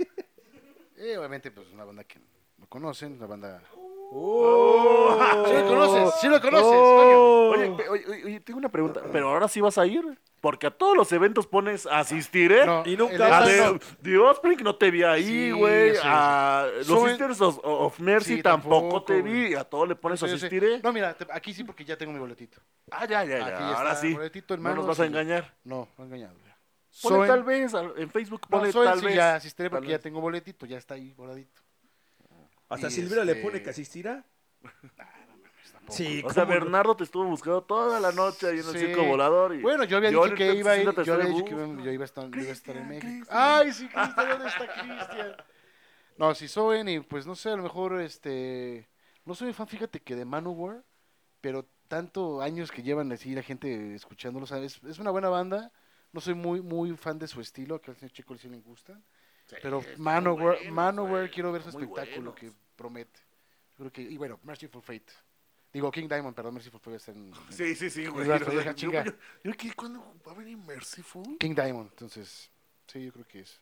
A: Eh, obviamente, pues una banda que no conocen, una banda.
D: ¡Oh!
A: ¡Sí lo conoces! ¡Sí lo conoces!
B: Oye, pe- oye, oye, oye, tengo una pregunta. ¿Pero ahora sí vas a ir? Porque a todos los eventos pones asistir, ¿eh?
A: coño! No,
D: Y nunca
A: el-
B: A
D: vas.
A: no.
B: ver, The Offspring no te vi ahí,
A: Sí,
B: güey.
A: sí.
B: a los
A: Soy-
B: Sisters of, of Mercy
A: Sí,
B: tampoco,
A: tampoco,
B: te
A: güey.
B: vi. A todos le pones
A: Yo sé, yo sé.
B: asistir, ¿eh?
A: No, mira, te- aquí sí porque ya tengo mi boletito.
B: Ah, ya,
A: Aquí
B: ya, ya.
A: está
B: Ahora
A: el
B: sí.
A: boletito en
B: No nos
A: manos
B: vas a
A: y-
B: engañar.
A: No, no he engañado. ya.
B: Pone
A: Soen.
B: tal vez, al- en Facebook
A: No,
B: pone
A: Soen
B: tal
A: sí
B: vez.
A: ya asistiré
B: tal
A: porque ya
B: vez.
A: tengo boletito, ya está ahí guardadito.
D: ¿Hasta
A: Y
D: Silvera le
A: este-
D: pone que asistirá? Sí,
B: O sea,
D: ¿cómo no?
B: Bernardo te estuvo buscando toda la noche ahí en el
A: Sí.
B: circo volador. Y...
A: Bueno, yo había
B: Yo
A: dicho que
B: ahorita
A: iba a ir,
B: siéntate,
A: yo había
B: estoy
A: dicho que
B: a
A: iba, yo iba a estar, yo iba a estar en
B: Cristian,
A: México.
B: Cristian.
A: Ay, sí, Cristian, ¿dónde está Cristian? No, si Soen y pues no sé, a lo mejor este. No soy fan, fíjate que de Manowar, pero tanto años que llevan así la gente escuchándolos. Es, es una buena banda. No soy muy muy fan de su estilo, que al señor Chico sí le gustan. pero Manowar, Manowar quiero ver su
B: muy
A: espectáculo
B: buenos.
A: que promete. Yo Creo que, y bueno, Merciful Fate. Digo, King Diamond, perdón, Merciful Fate está en. en-
B: Sí, sí, sí, güey.
A: Yo,
B: Yo,
A: yo, yo,
B: yo, yo ¿qué? ¿Cuándo va a venir Merciful?
A: King Diamond, entonces. Sí, yo creo que es.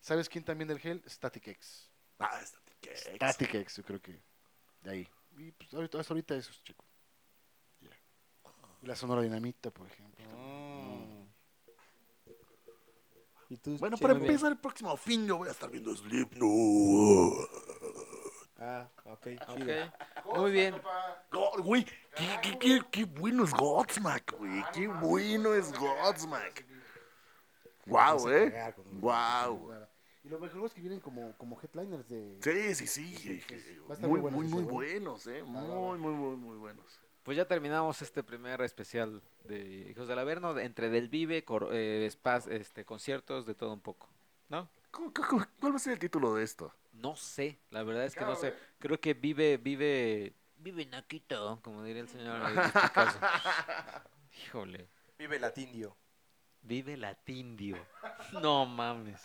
A: ¿Sabes quién también del Hell? Static X.
B: Ah, está tiquex.
A: Static X, yo creo que. De ahí. Y pues ahorita, hasta ahorita esos, chicos. Ya. Y La Sonora Dinamita, por ejemplo.
E: ¿Y tú,
B: Bueno,
E: Che?
B: para
E: Muy bien.
B: empezar el próximo fin yo voy a estar viendo Slipknot.
E: Ah, ok, chido.
C: Ok, Muy bien.
B: God, güey, qué, qué, qué, qué bueno es Godsmack, güey. Qué bueno es Godsmack. Wow, eh. Wow.
A: Y lo mejor es que vienen como, como headliners de.
B: Sí, sí, sí. eh,
A: Va a estar
B: Muy,
A: muy bueno
B: muy,
A: ese,
B: muy
A: güey.
B: buenos, eh. Muy, muy, muy, muy buenos.
C: Pues ya terminamos este primer especial de Hijos del Averno, de- entre Del Vive, cor- eh, spas, este, conciertos, de todo un poco. ¿No?
B: ¿Cu- cu- cu- ¿Cuál va a ser el título de esto?
C: No sé, la verdad es que no sé. Creo que vive, vive, vive Naquito, como diría el señor. Agustín Caso. Híjole,
D: Vive Latindio.
C: vive latindio. No mames.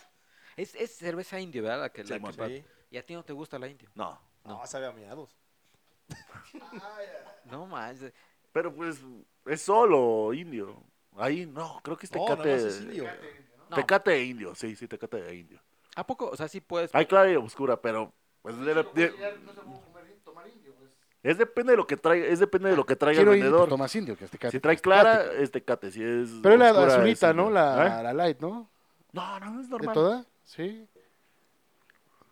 C: Es, es cerveza indio, ¿verdad? La que, la
B: Sí,
C: que
B: sí.
C: pa- Y a ti no te gusta la indio.
B: No.
C: No.
D: No, sabe a miados.
C: No mames.
B: Pero pues es solo indio. Ahí no, creo que es
D: Oh, No,
B: tecate.
D: nada más es indio.
C: No.
B: Tecate de indio, sí, sí, tecate de indio.
C: ¿A poco? O sea, sí puedes.
B: Hay clara y oscura, pero pues de- de- es depende de lo que traiga, es depende de lo que traiga el
A: Quiero ir
B: vendedor.
A: pues, Tomás Indio, que es Tecate.
B: Si trae clara, es tecate, si es
A: Pero es la
B: oscura, es
A: azulita, ¿no?
B: indio.
A: La,
B: ¿Eh?
A: la light, ¿no?
B: No, no, es
A: ¿De
B: normal.
A: toda? Sí.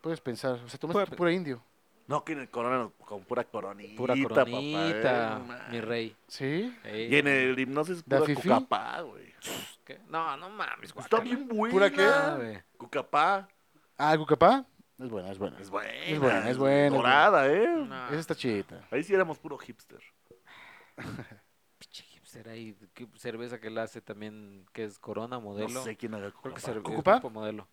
A: Puedes pensar. O sea, tomaste pura indio.
B: No, que en el corona no, con pura coronita,
C: Pura
B: papá,
C: coronita,
B: eh, ma-
C: mi rey.
A: Sí.
C: Ey,
B: Y en el hipnosis
A: ¿Da
B: pura
A: fifí?
B: cucapá, güey.
C: ¿qué? No, no mames,
B: Está
C: guácala.
B: bien buena.
A: ¿Pura qué?
C: Ah, güey.
B: Cucapá.
A: Ah, Gucapá. Es buena, es buena.
B: Es buena.
A: Es buena, es buena.
B: Dorada, ¿eh?
C: No,
A: Esa está chidita.
B: Ahí sí éramos puro hipster.
C: pinche hipster ahí, ¿qué cerveza que la hace también, que es Corona Modelo.
B: No sé quién haga
C: Creo que
B: cucapá.
C: es
A: ¿Cucupá?
C: Grupo Modelo.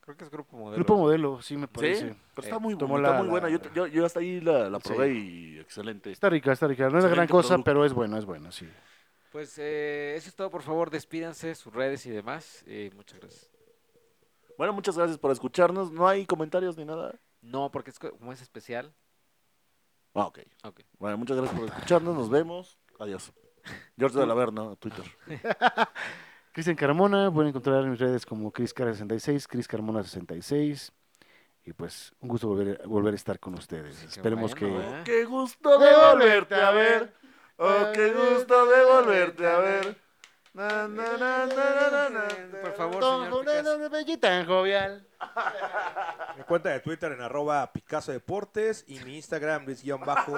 C: Creo que es Grupo Modelo.
A: Grupo modelo, sí me
B: Sí, Eh,
A: parece.
B: pero está muy,
A: tomó
B: bonita,
A: la-
B: muy buena. Yo, yo, yo hasta ahí la, la
A: Sí.
B: probé y excelente.
A: Está rica, está rica. No es la gran
B: Excelente
A: cosa,
B: producto.
A: pero es buena, es buena, sí.
C: Pues eh, eso es todo, por favor, despídanse, sus redes y demás. eh, muchas gracias.
B: Bueno, muchas gracias por escucharnos. No hay comentarios ni nada.
C: No, porque es co- como es especial.
B: Ah, ok.
C: Ok.
B: Bueno, muchas gracias por escucharnos. Nos vemos. Adiós. George de la Verna, Twitter.
A: Cristian Carmona, pueden encontrar en mis redes como ChrisCar66, ChrisCarmona66. Y pues, un gusto volver, volver a estar con ustedes.
C: Así que
A: Esperemos que...
C: bueno, ¿eh?
B: ¡Qué gusto de volverte a ver! ¡Oh, qué gusto de volverte a ver! Na, na, na, na, na, na, na.
C: Por favor, señor Picasso.
A: jovial.
D: Mi cuenta de Twitter en arroba Picasso Deportes y mi Instagram Luis-Picasso.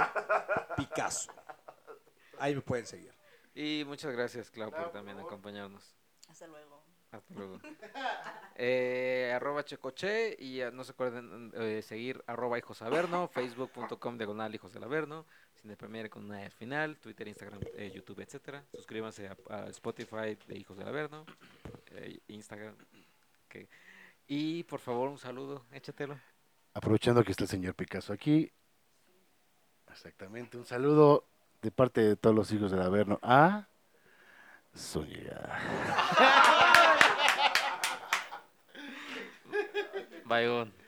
D: Ahí me pueden seguir.
C: Y muchas gracias, Clau, por también acompañarnos.
F: Hasta luego.
C: Hasta luego. Eh, arroba Checoche y eh, no se acuerden eh, seguir arroba hijos averno, facebook.com diagonal hijos del averno, cine premier con una E al final, Twitter, Instagram, eh, YouTube, etcétera. Suscríbanse a, a Spotify de hijos del averno, eh, Instagram. ok. Y por favor un saludo, échatelo.
A: Aprovechando que está el señor Picasso aquí. Exactamente, un saludo de parte de todos los hijos del Averno a... Zúñiga.
C: Bye.